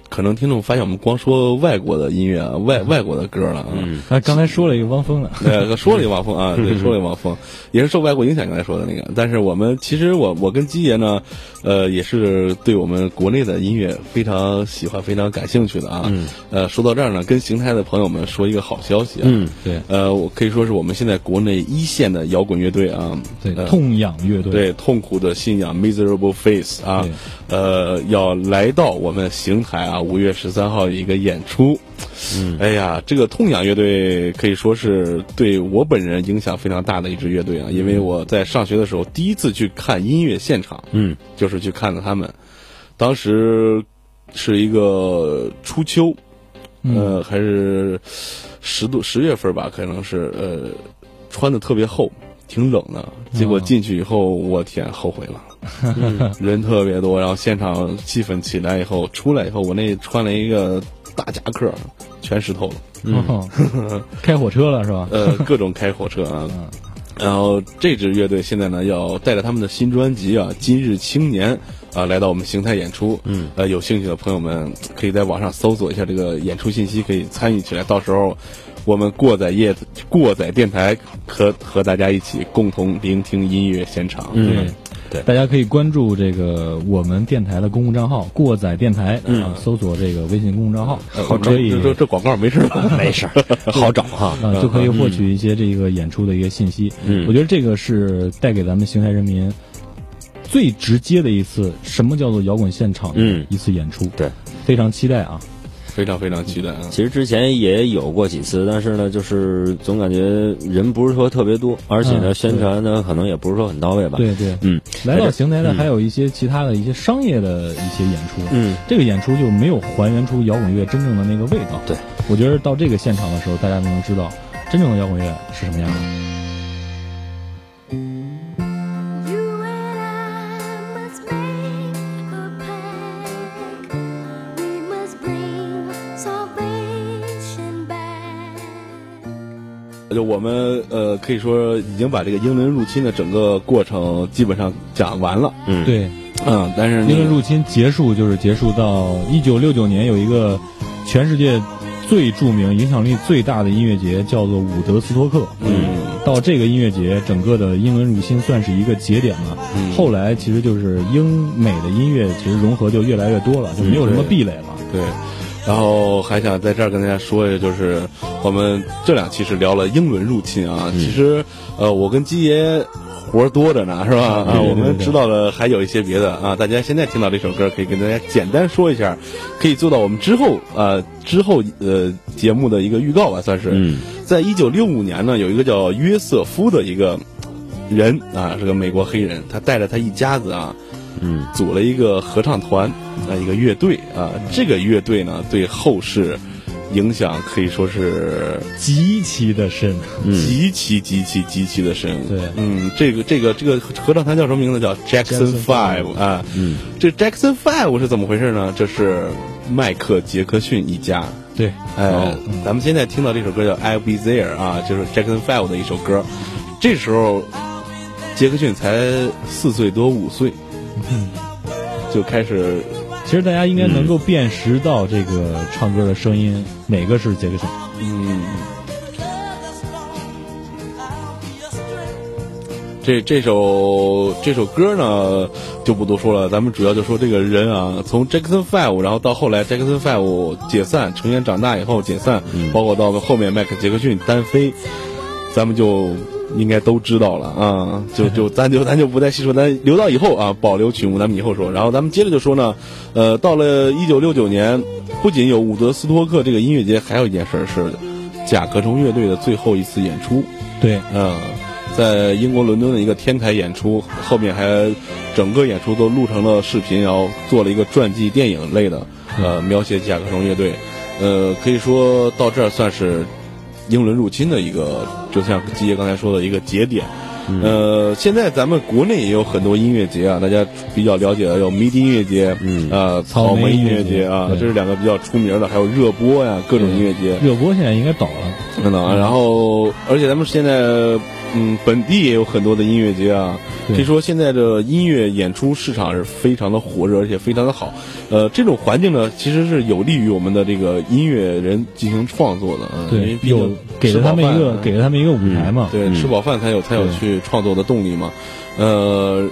S3: 可能听众发现我们光说外国的音乐啊，外外国的歌了啊。
S5: 啊，刚才说了一个汪峰的，
S3: 呃，说了一汪峰啊，对，说了一汪峰，也是受外国影响，刚才说的那个。但是我们其实我我跟基爷呢，呃，也是对我们国内的音乐非常喜欢、非常感兴趣的啊。呃，说到这儿呢，跟邢台的朋友们说一个好消息啊。
S4: 嗯
S5: 对
S3: 呃，我可以说是我们现在国内一线的摇滚乐队啊，
S5: 对
S3: 呃，
S5: 痛仰乐队，
S3: 对痛苦的信仰 （Miserable Face） 啊
S5: 对，
S3: 呃，要来到我们邢台啊，五月十三号一个演出。嗯，哎呀，这个痛仰乐队可以说是对我本人影响非常大的一支乐队啊，因为我在上学的时候第一次去看音乐现场，
S1: 嗯，
S3: 就是去看的他们，当时是一个初秋，呃，还是十度十月份吧，可能是呃，穿的特别厚，挺冷的。结果进去以后，我天，后悔了，人特别多，然后现场气氛起来以后，出来以后，我那穿了一个大夹克，全湿透了，嗯
S5: 哦 <laughs> 开火车了是吧？
S3: 呃，各种开火车啊。然后这支乐队现在呢，要带着他们的新专辑啊，《今日青年》啊，来到我们邢台演出。嗯，呃，有兴趣的朋友们可以在网上搜索一下这个演出信息，可以参与起来。到时候我们过载夜过载电台和和大家一起共同聆听音乐现场。
S1: 嗯，对
S5: 大家可以关注这个我们电台的公共账号“过载电台”，啊，搜索这个微信公众账号，
S3: 呃好，
S5: 可以
S3: 嗯这这这广告没事吧？嗯
S4: 没事儿，好找哈。
S3: <laughs>
S5: 啊，就可以获取一些这个演出的一个信息。
S4: 嗯
S5: 我觉得这个是带给咱们邢台人民最直接的一次什么叫做摇滚现场的
S4: 嗯
S5: 一次演出。
S4: 对，
S5: 非常期待啊。
S3: 非常非常期待啊！
S4: 其实之前也有过几次，但是呢，就是总感觉人不是说特别多，而且呢，
S5: 嗯
S4: 宣传呢可能也不是说很到位吧。，
S5: 对对，
S4: 嗯，
S5: 来到邢台呢，
S4: 嗯
S5: 还有一些其他的一些商业的一些演出。
S4: 嗯，
S5: 这个演出就没有还原出摇滚乐真正的那个味道。
S4: 对，
S5: 我觉得到这个现场的时候，大家能知道真正的摇滚乐是什么样的。
S4: 嗯
S8: You and I must make a pact. We must bring salvation back.
S3: 就我们呃，可以说已经把这个英伦入侵的整个过程基本上讲完了。
S4: 嗯，，
S5: 对，
S3: 嗯，但是那个
S5: 英伦入侵结束就是结束到一九六九年，有一个全世界最著名、影响力最大的音乐节，叫做伍德斯托克。
S3: 嗯。
S5: 到这个音乐节，整个的英伦入侵算是一个节点了。
S3: 嗯
S5: 后来其实就是英美的音乐其实融合就越来越多了，就没有什么
S3: 对
S5: 壁垒了。
S3: 对，然后还想在这儿跟大家说一下，就是我们这两期是聊了英伦入侵啊，其实呃，我跟基爷活儿多着呢，是吧？啊，我们知道了还有一些别的啊，大家现在听到这首歌，可以跟大家简单说一下，可以做到我们之后呃之后呃节目的一个预告吧，算是。
S4: 嗯，
S3: 在一九六五年呢，有一个叫约瑟夫的一个人啊，是个美国黑人，他带着他一家子啊，
S4: 嗯，
S3: 组了一个合唱团啊，一个乐队啊。这个乐队呢，对后世影响可以说是
S5: 极其的深，
S3: 极其极其极其的深。
S5: 对
S3: 嗯，这个这个这个合唱团叫什么名字？叫 Jackson
S5: Jackson
S3: Five 啊。嗯，这 Jackson Five 是怎么回事呢？这是迈克杰克逊一家。
S5: 对，
S3: 哎，咱们现在听到这首歌叫《I'll Be There》啊，就是 Jackson Five 的一首歌。这时候，杰克逊才四岁多五岁，就开始
S5: 其实大家应该能够辨识到这个唱歌的声音哪个是杰克逊。
S3: 嗯，这这首这首歌呢就不多说了，咱们主要就说这个人啊，从 Jackson Five，然后到后来 Jackson Five 解散，成员长大以后解散，包括到后面迈克杰克逊单飞，咱们就应该都知道了啊，就就咱就咱就不再细说，咱留到以后啊，保留曲目，咱们以后说。然后咱们接着就说呢，呃，到了一九六九年，不仅有伍德斯托克这个音乐节，还有一件事儿是甲壳虫乐队的最后一次演出。
S5: 对，
S3: 嗯，在英国伦敦的一个天台演出，后面还整个演出都录成了视频，然后做了一个传记电影类的，呃，描写甲壳虫乐队，呃，可以说到这儿算是英伦入侵的一个，就像基爷刚才说的一个节点。
S5: 嗯
S3: 呃，现在咱们国内也有很多音乐节啊，大家比较了解的有迷笛音乐节，嗯，呃，草
S5: 草莓
S3: 莓音
S5: 音乐
S3: 乐节
S5: 节
S3: 啊，
S5: 对
S3: 这是两个比较出名的，还有热播呀，各种音乐节。
S5: 热播现在应该倒了。
S3: 真的啊，然后而且咱们现在，嗯，本地也有很多的音乐节啊。
S5: 对
S3: 可以说现在的音乐演出市场是非常的火热，而且非常的好。呃，这种环境呢，其实是有利于我们的这个音乐人进行创作的。嗯、因为
S5: 对，
S3: 毕竟
S5: 有给
S3: 吃
S5: 了
S3: 饱
S5: 他们一
S3: 饭
S5: 个
S3: 啊
S5: 给了他嗯们一个舞台嘛。
S3: 对、吃饱饭才有才有
S5: 对
S3: 去创作的动力嘛。呃，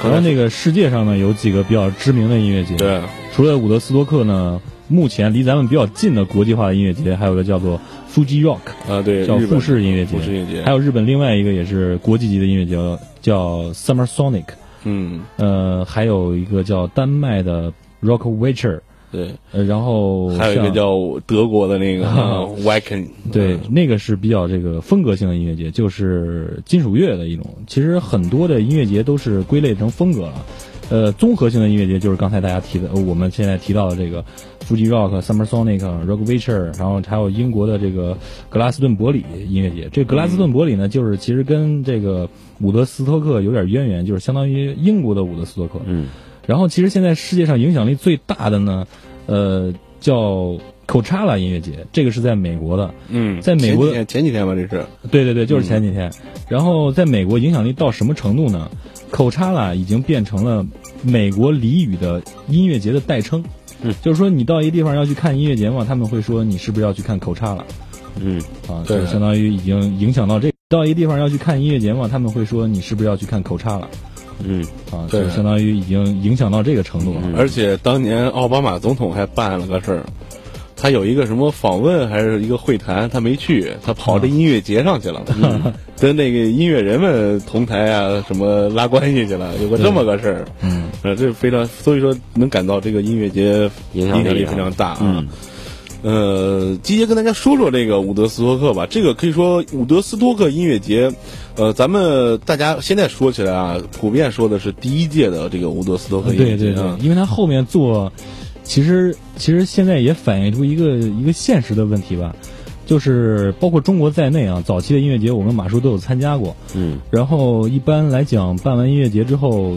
S5: 好像那个世界上呢有几个比较知名的音乐节，
S3: 对，
S5: 除了伍德斯托克呢，目前离咱们比较近的国际化的音乐节，还有一个叫做 Fuji Rock，
S3: 啊对，
S5: 叫
S3: 日本
S5: 富士音乐节，
S3: 富士音乐节
S5: 还有日本另外一个也是国际级的音乐节叫 Summer Sonic，
S3: 嗯，
S5: 呃，还有一个叫丹麦的 Rock Witcher，
S3: 对，
S5: 呃，然后
S3: 还有一个
S5: 像
S3: 叫德国的
S5: <laughs>
S3: 那个 w a k e n
S5: 对，那个是比较这个风格性的音乐节，就是金属乐的一种。其实很多的音乐节都是归类成风格了。呃，综合性的音乐节就是刚才大家提的，呃我们现在提到的这个 Fuji Rock、Summer Sonic、Rock Witcher，然后还有英国的这个格拉斯顿伯里音乐节。这格拉斯顿伯里呢，就是其实跟这个伍德斯托克有点渊源，就是相当于英国的伍德斯托克。
S4: 嗯，
S5: 然后其实现在世界上影响力最大的呢，呃，叫 Coachella 音乐节，这个是在美国的。
S3: 嗯，
S5: 在美国
S3: 前几天前几天吧，这是，
S5: 对对对，就是前几天。然后在美国影响力到什么程度呢？口叉啦已经变成了美国俚语的音乐节的代称。
S4: 嗯，
S5: 就是说你到一个地方要去看音乐节嘛，他们会说你是不是要去看口叉啦
S4: 嗯，
S5: 啊？
S3: 对
S5: 就相当于已经影响到这。到一个地方要去看音乐节嘛，他们会说你是不是要去看口叉啦
S4: 嗯，
S5: 啊？
S3: 对
S5: 就相当于已经影响到这个程度了。
S3: 而且当年奥巴马总统还办了个事儿，他有一个什么访问还是一个会谈，他没去，他跑这音乐节上去了， <laughs> 跟那个音乐人们同台啊，什么拉关系去了，有个这么个事儿。
S5: 嗯，
S3: 呃，这非常，所以说能感到这个音乐节
S4: 影响
S3: 响
S4: 力啊
S3: 力非常大啊。
S4: 嗯
S3: 呃，今天跟大家说说这个伍德斯托克吧。这个可以说伍德斯托克音乐节，呃，咱们大家现在说起来啊，普遍说的是第一届的这个伍德斯托克音
S5: 对
S3: 乐节
S5: 对
S4: 嗯
S5: 对
S3: 啊，，
S5: 因为他后面做，其实其实现在也反映出一个一个现实的问题吧，就是包括中国在内啊，早期的音乐节我跟马叔都有参加过，
S4: 嗯，
S5: 然后一般来讲办完音乐节之后，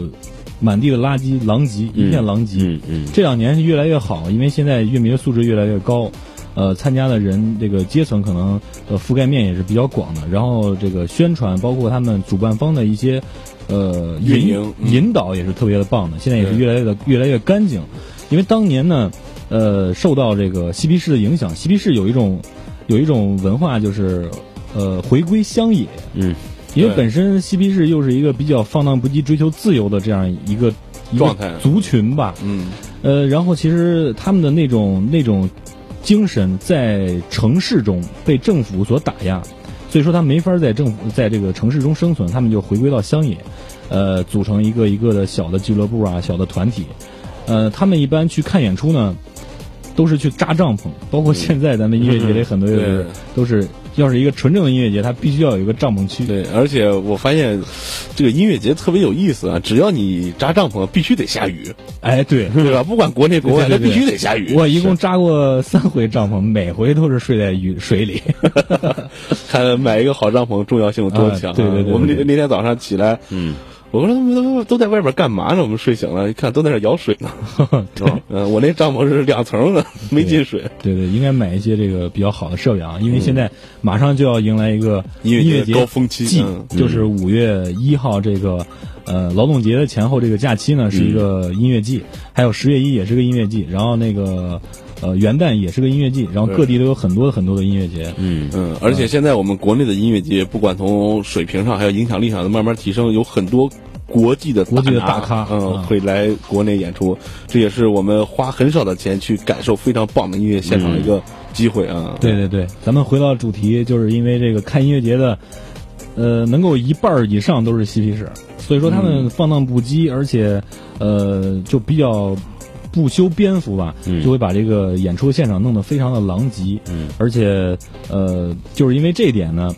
S5: 满地的垃圾狼藉，一片狼藉。
S4: 嗯嗯
S5: 这两年是越来越好，因为现在乐迷的素质越来越高，呃，参加的人这个阶层可能呃覆盖面也是比较广的，然后这个宣传包括他们主办方的一些呃
S3: 运
S5: 引
S3: 营嗯
S5: 引导也是特别的棒的，现在也是
S3: 对
S5: 越来越的越来越干净，因为当年呢，呃，受到这个嬉皮士的影响，嬉皮士有一种有一种文化就是呃回归乡野，
S4: 嗯，
S5: 因为
S3: 对
S5: 本身嬉皮士又是一个比较放荡不羁、追求自由的这样一个一个
S3: 状态
S5: 族群吧，
S3: 嗯，
S5: 呃，然后其实他们的那种那种精神在城市中被政府所打压，所以说他没法在政府在这个城市中生存，他们就回归到乡野，呃，组成一个一个的小的俱乐部啊，小的团体，呃，他们一般去看演出呢，都是去扎帐篷，包括现在咱们音乐节里很多乐队、
S3: 对
S5: 都是，要是一个纯正的音乐节，它必须要有一个帐篷区。
S3: 对，而且我发现这个音乐节特别有意思啊！只要你扎帐篷，必须得下雨，
S5: 哎，对。
S3: 对吧？不管国内国外，它
S5: 对对对
S3: 必须得下雨。
S5: 我一共扎过三回帐篷，每回都是睡在雨水里。
S3: 看买一个好帐篷重要性有多强、
S5: 啊对对对对
S3: 我们那
S5: 对
S3: 那天早上起来，
S4: 嗯，
S3: 我说他们都都在外边干嘛呢？我们睡醒了，一看都在那摇水
S5: <laughs>
S3: 呢。嗯、我那帐篷是两层的，没进水。
S5: 对对，应该买一些这个比较好的设备啊，因为现在马上就要迎来一个
S3: 嗯音乐节
S5: 乐节
S3: 高峰期
S5: 季
S3: 嗯
S5: 就是五月一号这个呃劳动节的前后这个假
S3: 嗯
S5: 期呢是一个音乐季，还有十月一也是个音乐季，然后那个呃元旦也是个音乐季，然后各地都有很多很多的音乐节。
S4: 嗯
S3: 嗯，而且现在我们国内的音乐节，不管从水平上还有影响力上，都慢慢提升，有很多国际的
S5: 国际的
S3: 大
S5: 大咖
S3: 嗯，
S5: 嗯
S3: 会来国内演出，这也是我们花很少的钱去感受非常棒的音乐现场的一
S4: 嗯
S3: 个机会啊。
S5: 对对对，咱们回到主题，就是因为这个看音乐节的，呃，能够一半儿以上都是嬉皮士，所以说他们放荡不羁，
S4: 嗯
S5: 而且呃，就比较不修边幅吧，
S4: 嗯
S5: 就会把这个演出现场弄得非常的狼藉，
S4: 嗯，
S5: 而且呃，就是因为这一点呢，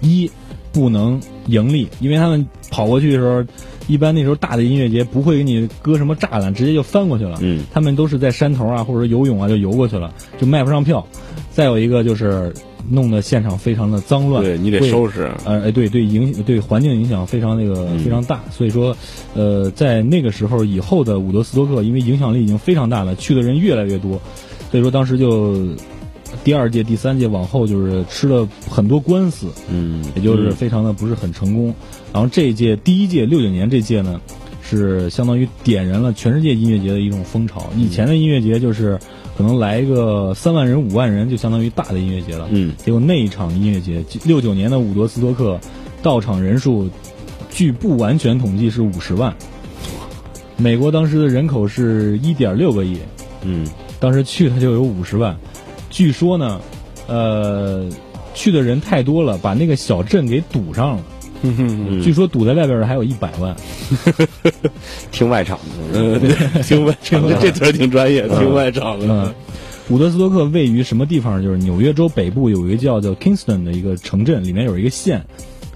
S5: 一不能盈利，因为他们跑过去的时候。一般那时候大的音乐节不会给你搁什么栅栏，直接就翻过去了。
S4: 嗯，
S5: 他们都是在山头啊，或者游泳啊，就游过去了，就卖不上票。再有一个就是弄得现场非常的脏乱，
S3: 对你得
S5: 会
S3: 收拾。
S5: 呃，哎，对对影对环境影响非常那个、非常大，所以说，呃，在那个时候以后的伍德斯托克，因为影响力已经非常大了，去的人越来越多，所以说当时就第二届、第三届往后就是吃了很多官司，
S4: 嗯
S5: 也就是非常的不是很成功。然后这一届第一届六九年这届呢，是相当于点燃了全世界音乐节的一种风潮。以前的音乐节就是可能来一个三万人、五万人就相当于大的音乐节了。
S4: 嗯
S5: 结果那一场音乐节，六九年的伍德斯托克到场人数，据不完全统计是五十万。美国当时的人口是一点六个亿，
S4: 嗯
S5: 当时去的就有五十万，据说呢，呃，去的人太多了，把那个小镇给堵上了，据说堵在外边的还有一百万。
S4: 听外场的，
S3: 嗯，
S4: <laughs>
S3: 听外场的，这词儿挺专业，听外场
S5: 嗯
S3: 的。，
S5: 伍德斯托克位于什么地方？就是纽约州北部有一个叫叫 Kingston 的一个城镇，里面有一个县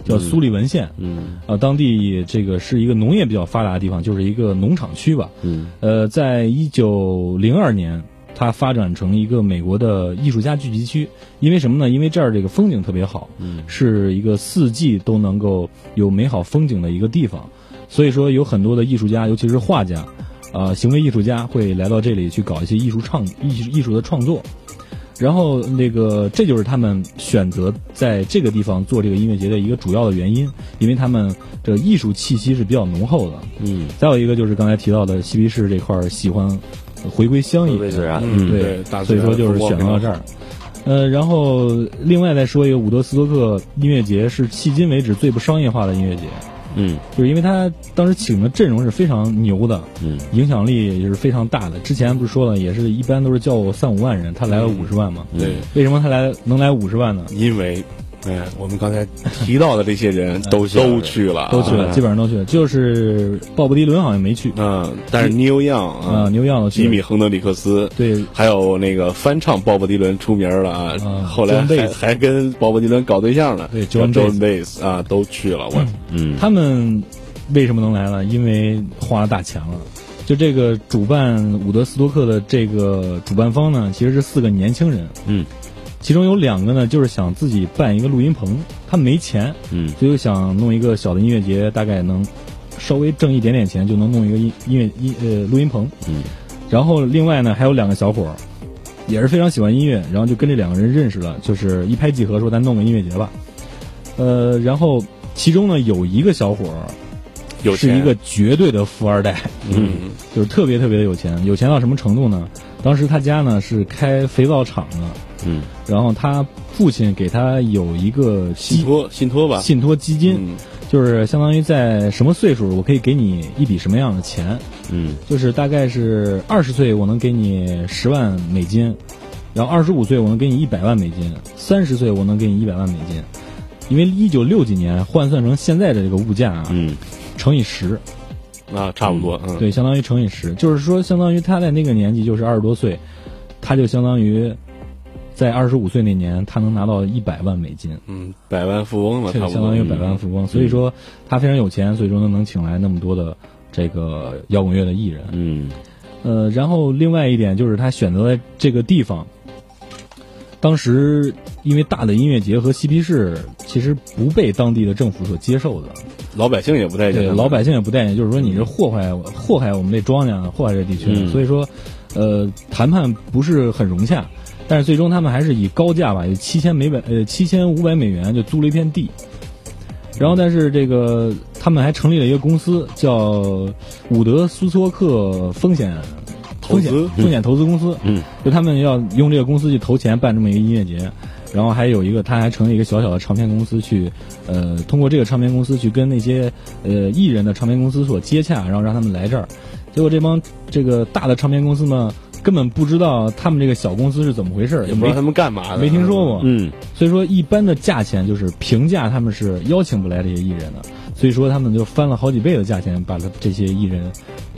S5: 叫苏利文县。
S4: 嗯
S5: 啊，当地这个是一个农业比较发达的地方，就是一个农场区吧。
S4: 嗯
S5: 呃，在一九零二年，它发展成一个美国的艺术家聚集区。因为什么呢？因为这儿这个风景特别好，
S4: 嗯
S5: 是一个四季都能够有美好风景的一个地方。所以说，有很多的艺术家，尤其是画家，呃，行为艺术家会来到这里去搞一些艺术创艺术艺术的创作。然后那个，这就是他们选择在这个地方做这个音乐节的一个主要的原因，因为他们这个艺术气息是比较浓厚的。
S4: 嗯，
S5: 再有一个就是刚才提到的嬉皮士这块儿喜欢呃回归乡野，
S4: 回归自然
S3: 嗯
S5: 对
S3: 对大，自
S5: 所以
S3: 然
S5: 说就
S3: 风
S5: 是
S3: 光
S5: 选
S3: 明
S5: 到
S3: 媚
S5: 这儿。呃，然后另外再说一个伍德斯托克音乐节是迄今为止最不商业化的音乐节，
S4: 嗯
S5: 就是因为他当时请的阵容是非常牛的，
S4: 嗯，
S5: 影响力也是非常大的。之前不是说了，也是一般都是叫三五万人，他来了五十万嘛，
S3: 对，
S5: 为什么他来能来五十万呢？
S3: 因为，哎，我们刚才提到的这
S4: <laughs>
S3: 些人都
S4: 去了
S3: 都去了，
S5: 都去了，
S3: 啊
S5: 基本上都去了，就是鲍勃迪伦好像没去，
S3: 嗯，但是 Neil Young
S5: 啊，
S3: 啊，
S5: 牛样的
S3: 吉米·
S5: 去了，
S3: 亨德里克斯，
S5: 对，
S3: 还有那个翻唱鲍勃迪伦出名了啊，
S5: 嗯
S3: 后来
S5: John
S3: 还
S5: Baez
S3: 还跟鲍勃迪伦搞对象呢，
S5: 对
S3: 叫
S5: John
S3: John Bass 啊，都去了，我
S4: 嗯，
S5: 他们为什么能来呢？因为花了大钱了。就这个主办伍德斯托克的这个主办方呢，其实是四个年轻人，
S4: 嗯，
S5: 其中有两个呢，就是想自己办一个录音棚，他们没钱，
S4: 嗯
S5: 所以就想弄一个小的音乐节，大概能稍微挣一点点钱就能弄一个音音乐音呃录音棚，
S4: 嗯，
S5: 然后另外呢还有两个小伙儿，也是非常喜欢音乐，然后就跟这两个人认识了，就是一拍即合，说咱弄个音乐节吧，呃，然后其中呢有一个小伙儿
S3: 有
S5: 是
S3: 钱
S5: 一个绝对的富二代，
S3: 嗯
S5: <laughs> 就是特别特别的有钱，有钱到什么程度呢？当时他家呢是开肥皂厂的，
S4: 嗯，
S5: 然后他父亲给他有一个
S3: 信
S5: 基
S3: 托信托吧，
S5: 信托基金，
S3: 嗯
S5: 就是相当于在什么岁数我可以给你一笔什么样的钱，
S4: 嗯
S5: 就是大概是二十岁我能给你十万美金，然后二十五岁我能给你一百万美金，三十岁我能给你一百万美金，因为一九六几年换算成现在的这个物价啊，
S4: 嗯
S5: 乘以十，
S3: 啊，差不多，嗯，
S5: 对，相当于乘以十，就是说相当于他在那个年纪就是二十多岁，他就相当于在二十五岁那年他能拿到一百万美金。
S3: 嗯，百万富翁了，
S5: 这
S3: 差
S5: 个
S3: 不
S5: 相
S3: 多嗯
S5: 当于，百万富翁，所以说他非常有钱，所以说呢能请来那么多的这个摇滚乐的艺人。
S4: 嗯
S5: 呃，然后另外一点就是他选择了这个地方。当时因为大的音乐节和嬉皮士其实不被当地的政府所接受的，
S3: 嗯老百姓也不待
S5: 对
S3: 见，
S5: 老百姓也不待见，就是说你是祸害我祸害我们这庄稼，祸害这地区，
S4: 嗯
S5: 所以说，呃，谈判不是很融洽，但是最终他们还是以高价吧，七千美百呃七千五百美元就租了一片地，然后但是这个他们还成立了一个公司叫伍德苏托克风险。
S3: 投
S5: 风
S3: 资
S5: 险风险投资公司，
S4: 嗯，
S5: 就他们要用这个公司去投钱办这么一个音乐节，然后还有一个，他还成立一个小小的唱片公司去，呃，通过这个唱片公司去跟那些呃艺人的唱片公司所接洽，然后让他们来这儿。结果这帮这个大的唱片公司呢，根本不知道他们这个小公司是怎么回事儿，
S3: 也
S5: 也
S3: 不知道
S5: 没
S3: 他们干嘛的，
S5: 没听说过。
S4: 嗯
S5: 所以说，一般的价钱就是平价，他们是邀请不来这些艺人的。所以说，他们就翻了好几倍的价钱把他这些艺人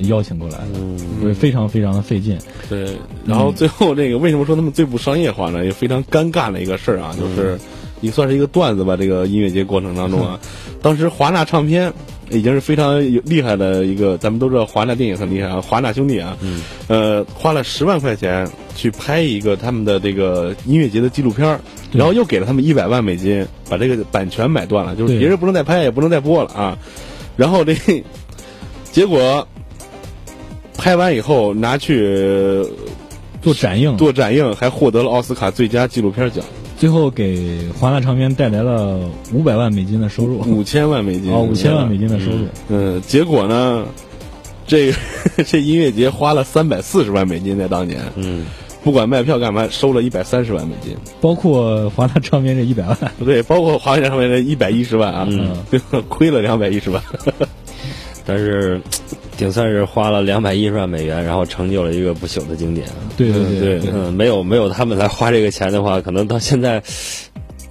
S5: 邀请过来的，
S3: 嗯
S5: 所以非常非常的费劲。
S3: 对，然
S5: 嗯
S3: 后最后这个为什么说他们最不商业化呢？也非常尴尬的一个事儿啊，
S5: 嗯
S3: 就是也算是一个段子吧。这个音乐节过程当中啊，
S5: 嗯
S3: <laughs> 当时华纳唱片已经是非常有厉害的一个，咱们都知道华纳电影很厉害啊，华纳兄弟啊，
S5: 嗯
S3: 呃，花了十万块钱去拍一个他们的这个音乐节的纪录片儿，
S5: 对
S3: 然后又给了他们一百万美金，把这个版权买断了，就是
S5: 对
S3: 别人不能再拍，也不能再播了啊。然后这 <laughs> 结果拍完以后拿去
S5: 做展映，
S3: 做展映，还获得了奥斯卡最佳纪录片奖，
S5: 最后给华纳唱片带来了五百万美金的收入，
S3: 五千万美金
S5: 哦，五千万美金。的收入，
S3: 嗯，结果呢，这 <laughs> 这音乐节花了三百四十万美金在当年，
S4: 嗯
S3: 不管卖票干嘛，收了一百三十万美
S5: <laughs>
S3: 金。
S5: 包括华纳唱片这一百万，
S3: 对，包括华纳上面的一百一十万啊，
S4: 嗯
S3: 对， <laughs> 亏了两百一十
S5: <laughs>
S3: 万。
S4: 但是嗯顶算是花了两百一十万美元，然后成就了一个不朽的经典。啊
S5: 对对
S3: 对
S5: 对，
S4: 嗯，没有没有他们来花这个钱的话，可能到现在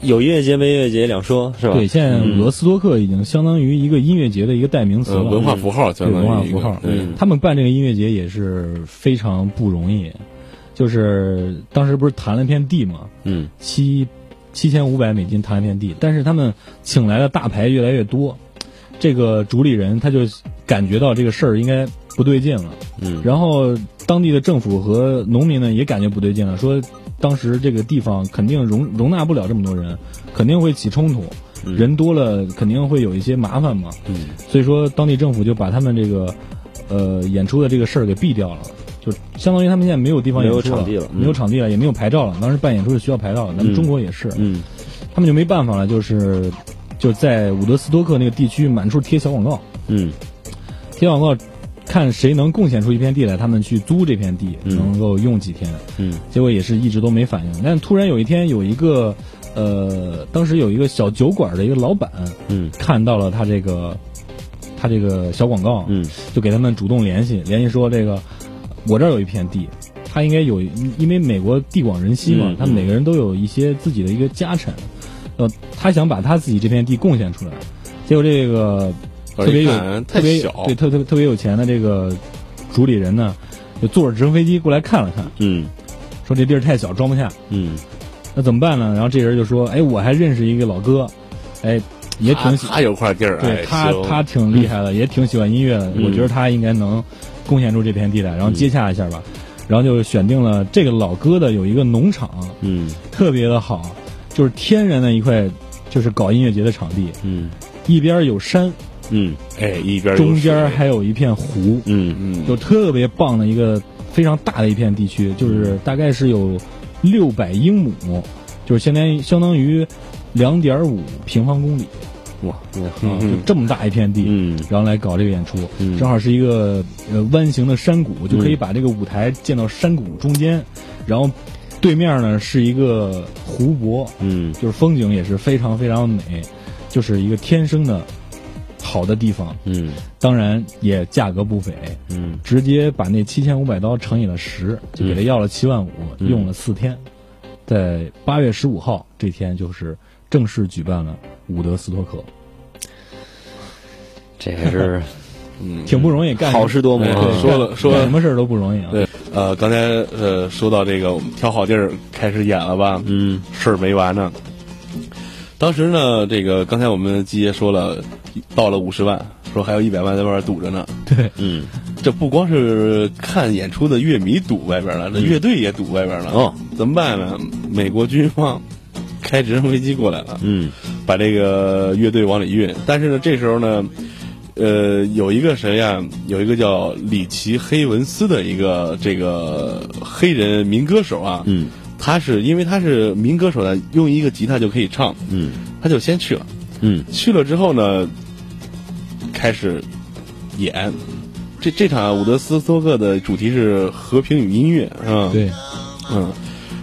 S4: 有音乐节没音乐节两说是吧？
S5: 对，现在俄斯托克已经相当于一个音乐节的一个代名词
S3: 嗯呃，
S5: 了，
S3: 文化符号相
S5: 对文化
S3: 当于一
S5: 符
S3: 个嗯
S5: 号。
S3: 对
S5: 他们办这个音乐节也是非常不容易，就是当时不是谈了片地嘛，
S4: 嗯，
S5: 七七千五百美金谈了片地，但是他们请来的大牌越来越多，这个主理人他就感觉到这个事儿应该不对劲了，
S4: 嗯，
S5: 然后当地的政府和农民呢也感觉不对劲了，说当时这个地方肯定容容纳不了这么多人，肯定会起冲突。人多了肯定会有一些麻烦嘛，
S4: 嗯
S5: 所以说当地政府就把他们这个呃演出的这个事儿给避掉了，就相当于他们现在没有地方
S4: 没
S5: 演
S4: 有
S5: 出
S4: 场地了嗯
S5: 没有场地了，也没有牌照了。当时办演出是需要牌照的，咱们中国也是，
S4: 嗯
S5: 他们就没办法了，就是就在伍德斯托克那个地区满处贴小广告，
S4: 嗯
S5: 贴广告。看谁能贡献出一片地来，他们去租这片地，
S4: 嗯
S5: 能够用几天。
S4: 嗯
S5: 结果也是一直都没反应。但突然有一天，有一个呃，当时有一个小酒馆的一个老板，
S4: 嗯
S5: 看到了他这个他这个小广告，
S4: 嗯，
S5: 就给他们主动联系，联系说这个我这儿有一片地，他应该有，因为美国地广人稀嘛，
S4: 嗯
S5: 他每个人都有一些自己的一个家产，呃，他想把他自己这片地贡献出来，结果这个特别有
S3: 而且呃看哎
S5: 特别
S3: 太小
S5: 对特特特别有钱的这个主理人呢，就坐着直升飞机过来看了看，
S4: 嗯
S5: 说这地儿太小装不下，
S4: 嗯
S5: 那怎么办呢？然后这人就说，哎，我还认识一个老哥，哎，也挺喜
S3: 他他有块地儿，
S5: 对
S3: 哎
S5: 他
S3: 行，
S5: 他挺厉害的，也挺喜欢音乐的，
S4: 嗯
S5: 我觉得他应该能贡献出这片地来，然
S3: 嗯
S5: 后接洽一下吧。然后就选定了这个老哥的有一个农场，
S4: 嗯
S5: 特别的好，就是天然的一块，就是搞音乐节的场地，
S4: 嗯
S5: 一边有山，
S4: 嗯
S3: 哎一边有
S5: 中
S3: 水
S5: 间还有一片湖，
S4: 嗯
S3: 嗯
S5: 就特别棒的一个非常大的一片地区，就是大概是有六百英亩，就是相当于相当于两点五平方公里，
S4: 哇
S5: 啊，就这么大一片地，
S4: 嗯
S5: 然后来搞这个演出，
S4: 嗯
S5: 正好是一个呃弯形的山谷，就可以把这个舞台建到山谷中间，然后对面呢是一个湖泊，
S4: 嗯
S5: 就是风景也是非常非常美，就是一个天生的好的地方，
S4: 嗯
S5: 当然也价格不菲，
S4: 嗯
S5: 直接把那七千五百刀乘以了十，就给他要了七万五，
S4: 嗯
S5: 用了四天，在八月十五号这天就是正式举办了伍德斯托克，
S4: 这也
S5: <laughs>
S4: 是
S5: 挺不容易干，
S4: 好事多磨
S3: 哎
S4: 啊。
S3: 说了说
S5: 干什么事儿都不容易啊。
S3: 对，呃，刚才呃说到这个，我们挑好地儿开始演了吧？
S4: 嗯，
S3: 事儿没完呢。当时呢，这个刚才我们季爷说了，到了五十万，说还有一百万在外边堵着呢。
S5: 对，
S4: 嗯
S3: 这不光是看演出的乐迷堵外边了，这乐队也堵外边了。
S4: 嗯哦，
S3: 怎么办呢？美国军方开直升飞机过来了，
S4: 嗯
S3: 把这个乐队往里运。但是呢，这时候呢，呃，有一个谁呀？有一个叫里奇·黑文斯的一个这个黑人民歌手啊，
S4: 嗯
S3: 他是因为他是民歌手呢，用一个吉他就可以唱，
S4: 嗯
S3: 他就先去了。
S4: 嗯
S3: 去了之后呢，开始演。这这场伍德斯托克的主题是和平与音乐，嗯，，
S5: 对，
S3: 嗯。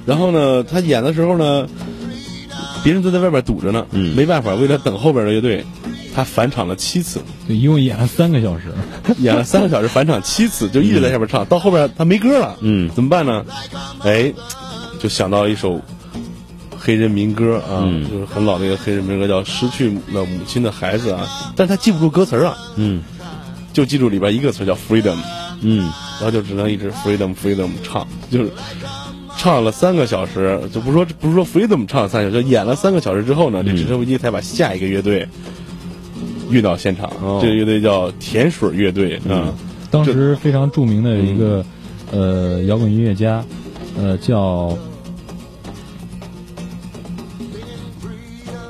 S3: 然后呢，他演的时候呢，别人都在外边堵着呢，
S4: 嗯
S3: 没办法，为了等后边的乐队，他返场了七次，
S5: 就一共演了三个小时，
S3: 演了三个小时，返场七次，就一直在下边唱，到后边他没歌了，
S4: 嗯
S3: 怎么办呢？哎，就想到了一首黑人民歌啊，
S4: 嗯
S3: 就是很老的一个黑人民歌，叫《失去了母亲的孩子》啊，但是他记不住歌词儿啊，
S4: 嗯
S3: 就记住里边一个词儿叫 freedom，
S4: 嗯
S3: 然后就只能一直 freedom freedom 唱，就是唱了三个小时，就不说不是说 freedom 唱了三个小时，演了三个小时之后呢，这
S4: 嗯
S3: 直升飞机才把下一个乐队运到现场，
S4: 哦
S3: 这个乐队叫甜水乐队，嗯
S5: 当时非常著名的一
S4: 嗯
S5: 个、呃摇滚音乐家，呃叫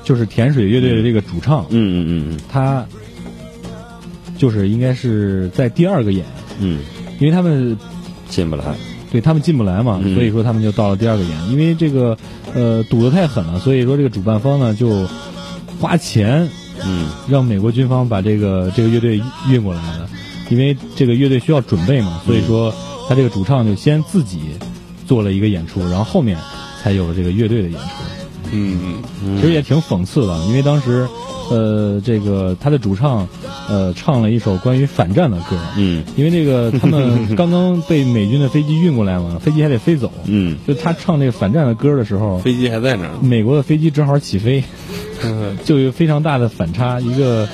S5: 就是甜水乐队的这个主唱，
S4: 嗯嗯
S5: 他就是应该是在第二个演，
S4: 嗯，
S5: 因为他们
S4: 进不来。
S5: 对他们进不来嘛，
S4: 嗯
S5: 所以说他们就到了第二个演，因为这个呃堵得太狠了，所以说这个主办方呢就花钱
S4: 嗯
S5: 让美国军方把这个这个乐队运过来的，因为这个乐队需要准备
S4: 嗯
S5: 嘛，所以说他这个主唱就先自己做了一个演出，然后后面才有了这个乐队的演出。
S3: 嗯
S5: 其实也挺讽刺的，因为当时，呃，这个他的主唱，呃，唱了一首关于反战的歌，
S4: 嗯
S5: 因为这个
S4: <laughs>
S5: 他们刚刚被美军的飞机运过来嘛，飞机还得飞走，
S4: 嗯，
S5: 就他唱这个反战的歌的时候，
S3: 飞机还在那儿呢，
S5: 美国的飞机正好
S3: <laughs>
S5: 起飞，就有非常大的反差，一个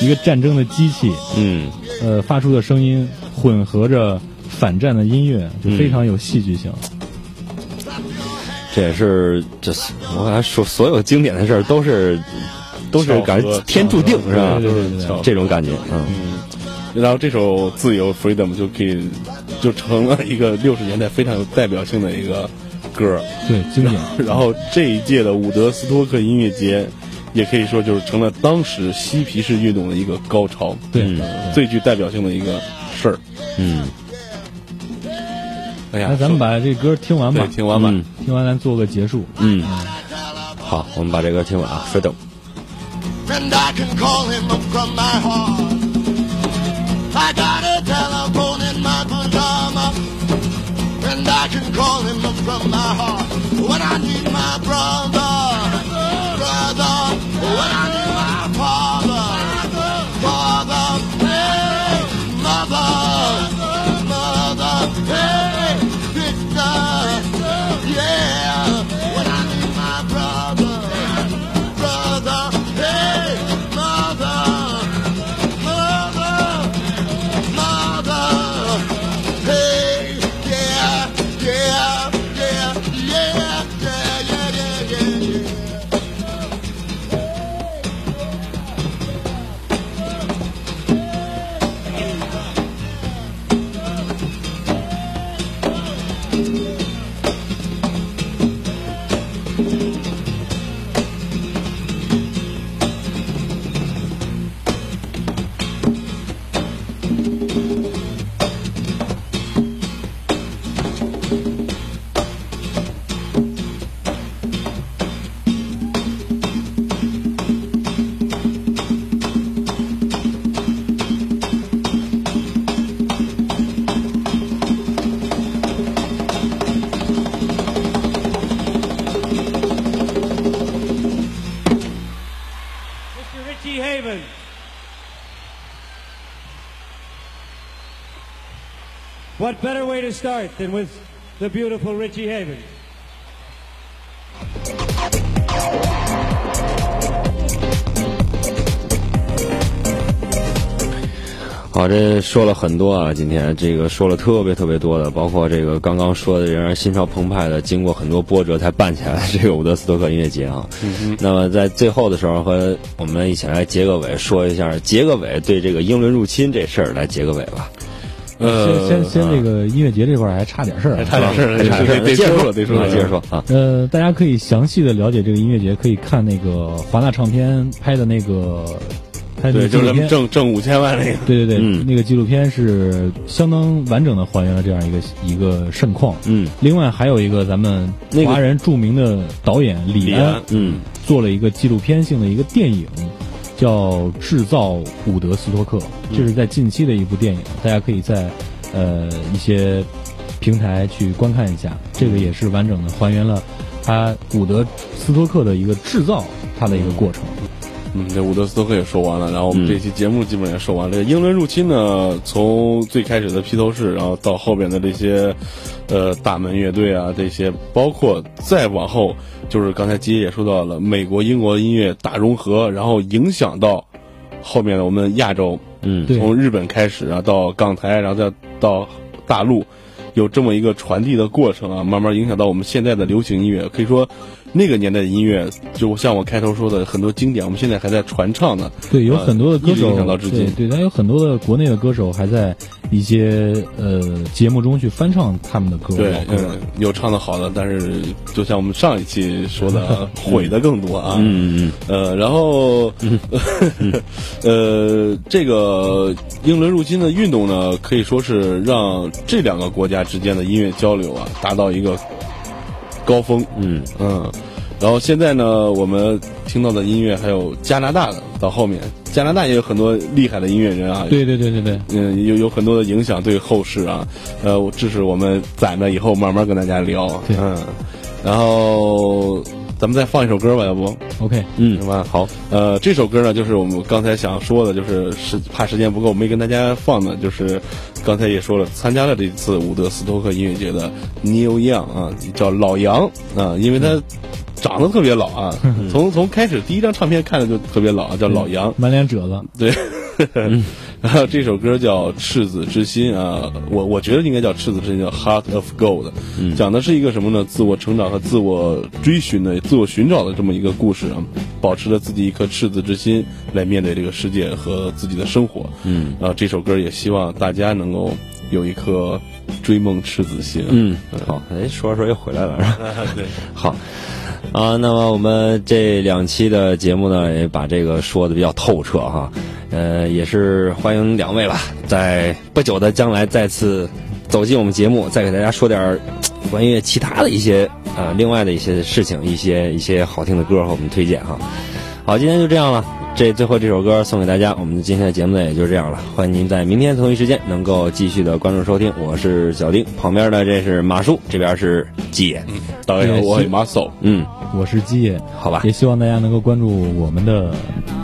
S5: 一个战争的机器，
S4: 嗯
S5: 呃，发出的声音混合着反战的音乐，就非常有戏剧性。
S3: 嗯
S4: 这也是这是我感觉所所有经典的事儿都是都是感
S3: 巧合
S4: 觉天注定
S3: 巧合
S4: 是吧
S5: 对？对对对
S3: 巧合
S4: 这种感觉，嗯
S3: 然后这首《自由 Freedom》就可以就成了一个六十年代非常有代表性的一个歌儿。
S5: 对，经典。
S3: 然后这一届的伍德斯托克音乐节，也可以说就是成了当时嬉皮士运动的一个高潮，
S5: 对，
S3: 最具代表性的一个事儿。
S4: 嗯
S3: 哎呀，
S5: 那咱们把这歌听完吧
S3: 对，听完吧。
S4: 嗯
S5: 听完咱做个结束。
S4: 嗯，好，我们把这歌听完啊，Freedom。
S2: friend, I can call him up from my heart. I got a telephone in my pajama. Friend, I can call him up from my heart. When I need my brother, brother. When I need my father, father. Hey, mother, mother. Hey, sister. Yeah. When I need my brother brother. Hey, mother, mother, mother. Hey, yeah, yeah, yeah, yeah, yeah, yeah, yeah, yeah, yeah.
S9: Mr. Richie Haven. What better way to start than with the beautiful Richie Haven?
S4: 好，这说了很多啊，今天这个说了特别特别多的，包括这个刚刚说的仍然心潮澎湃的，经过很多波折才办起来的这个伍德斯托克音乐节啊。那么在最后的时候，和呃我们一起来结个尾，说一下结个尾对这个英伦入侵这事儿来结个尾吧。
S5: 先
S3: 呃，
S5: 先先这个音乐节这块儿还差点事儿啊，
S3: 差点事儿，
S4: 还差点事儿
S3: 得
S4: 接
S3: 说
S4: 着
S3: 了，得说
S4: 啊
S3: 了，
S4: 接着说啊。
S5: 呃，大家可以详细的了解这个音乐节，可以看那个华纳唱片拍的那个拍的那
S3: 对，
S5: 个纪
S3: 就是咱
S5: 录
S3: 们
S5: 片。
S3: 挣挣五千万那个。
S5: 对对对，
S4: 嗯
S5: 那个纪录片是相当完整的还原了这样一个一个盛况。
S4: 嗯
S5: 另外还有一个咱们
S4: 那个
S5: 华人著名的导演李
S3: 李安
S5: 安
S4: 嗯
S5: 做了一个纪录片性的一个电影，叫《制造伍德斯托克》，
S3: 嗯
S5: 这是在近期的一部电影，大家可以在呃一些平台去观看一下。这个也是完整的还原了他伍德斯托克的一个制造他的一个过程。
S3: 嗯，这伍德斯托克也说完了，然后我们
S4: 嗯
S3: 这期节目基本上也说完了。这个英伦入侵呢，从最开始的披头士，然后到后边的这些，呃，大门乐队啊，这些，包括再往后，就是刚才吉爷也说到了，美国、英国音乐大融合，然后影响到后面的我们亚洲，
S4: 嗯，
S5: 对
S3: 从日本开始啊，到港台，然后再到大陆，有这么一个传递的过程啊，慢慢影响到我们现在的流行音乐。可以说，那个年代的音乐，就像我开头说的，很多经典，我们现在还在传唱呢。
S5: 对，有
S3: 呃
S5: 很多的歌
S3: 一直
S5: 手
S3: 影响到至今。
S5: 对对，他有很多的国内的歌手还在一些呃节目中去翻唱他们的歌。
S3: 对
S5: 老，歌
S3: 嗯，有唱的好的，但是就像我们上一期说的啊，毁的更多啊。
S4: 嗯嗯嗯嗯
S3: 呃，然后， <laughs> 呃，这个英伦入侵的运动呢，可以说是让这两个国家之间的音乐交流啊，达到一个高峰。
S4: 嗯
S3: 嗯，然后现在呢，我们听到的音乐还有加拿大的，到后面加拿大也有很多厉害的音乐人啊。
S5: 对对对对对，
S3: 嗯，有有很多的影响对后世啊，呃，我这是我们攒着以后慢慢跟大家聊，
S5: 对
S3: 嗯嗯，然后咱们再放一首歌吧，要不？
S5: OK，
S4: 嗯
S3: 行吧，好，呃，这首歌呢，就是我们刚才想说的，就是时怕时间不够，没跟大家放的，就是刚才也说了，参加了这次伍德斯托克音乐节的 Neil Young 啊，叫老杨啊，因为他长得特别老啊，从从开始第一张唱片看着就特别老啊，叫老杨，
S5: 满脸褶子，
S3: 对，然后 <laughs> 这首歌叫《赤子之心》啊，我我觉得应该叫《赤子之心》，叫《Heart of Gold》，讲
S5: 嗯
S3: 的是一个什么呢？自我成长和自我追寻的、自我寻找的这么一个故事啊，保持着自己一颗赤子之心来面对这个世界和自己的生活。嗯，啊，这首歌也希望大家能够有一颗追梦赤子心。啊
S4: 嗯，好，哎，说着说着又回来了，是吧？ <laughs> 好，啊，那么我们这两期的节目呢，也把这个说的比较透彻哈，呃，也是欢迎两位吧，在不久的将来再次走进我们节目，再给大家说点儿嘖关于其他的一些啊、另外的一些事情，一些一些好听的歌和我们推荐哈。好，今天就这样了。这最后这首歌送给大家，我们今天的节目呢也就是这样了。欢迎您在明天同一时间能够继续的关注收听，我是小丁，旁边的这是马叔，这边是季野，
S3: 导
S4: 哎
S3: 演，我马手，
S4: 嗯，
S5: 我是基野，
S4: 好吧
S5: 也希望大家能够关注我们的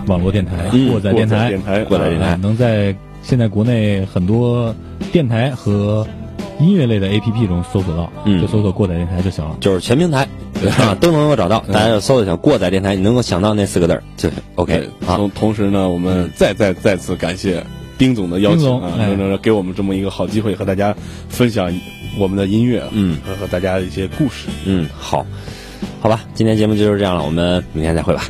S5: 网络电台
S4: 嗯
S5: 过载电台，
S3: 电台，
S4: 过载电台
S5: 啊能在现在国内很多电台和音乐类的 APP 中搜索到，
S4: 嗯
S5: 就搜索过载电台就行了。
S4: 就是全平台啊都能够找到，大家就搜一下“过载电台”，你能够想到那四个字儿就是 OK
S3: 对，
S4: 啊。
S3: 同同时呢，我们再再再次感谢丁总的邀
S5: 丁
S3: 请
S5: 总
S3: 啊，
S5: 哎
S3: 能能给我们这么一个好机会，和大家分享我们的音乐，
S4: 嗯，
S3: 和和大家的一些故事。
S4: 嗯，好，好吧，今天节目就是这样了，我们明天再会吧，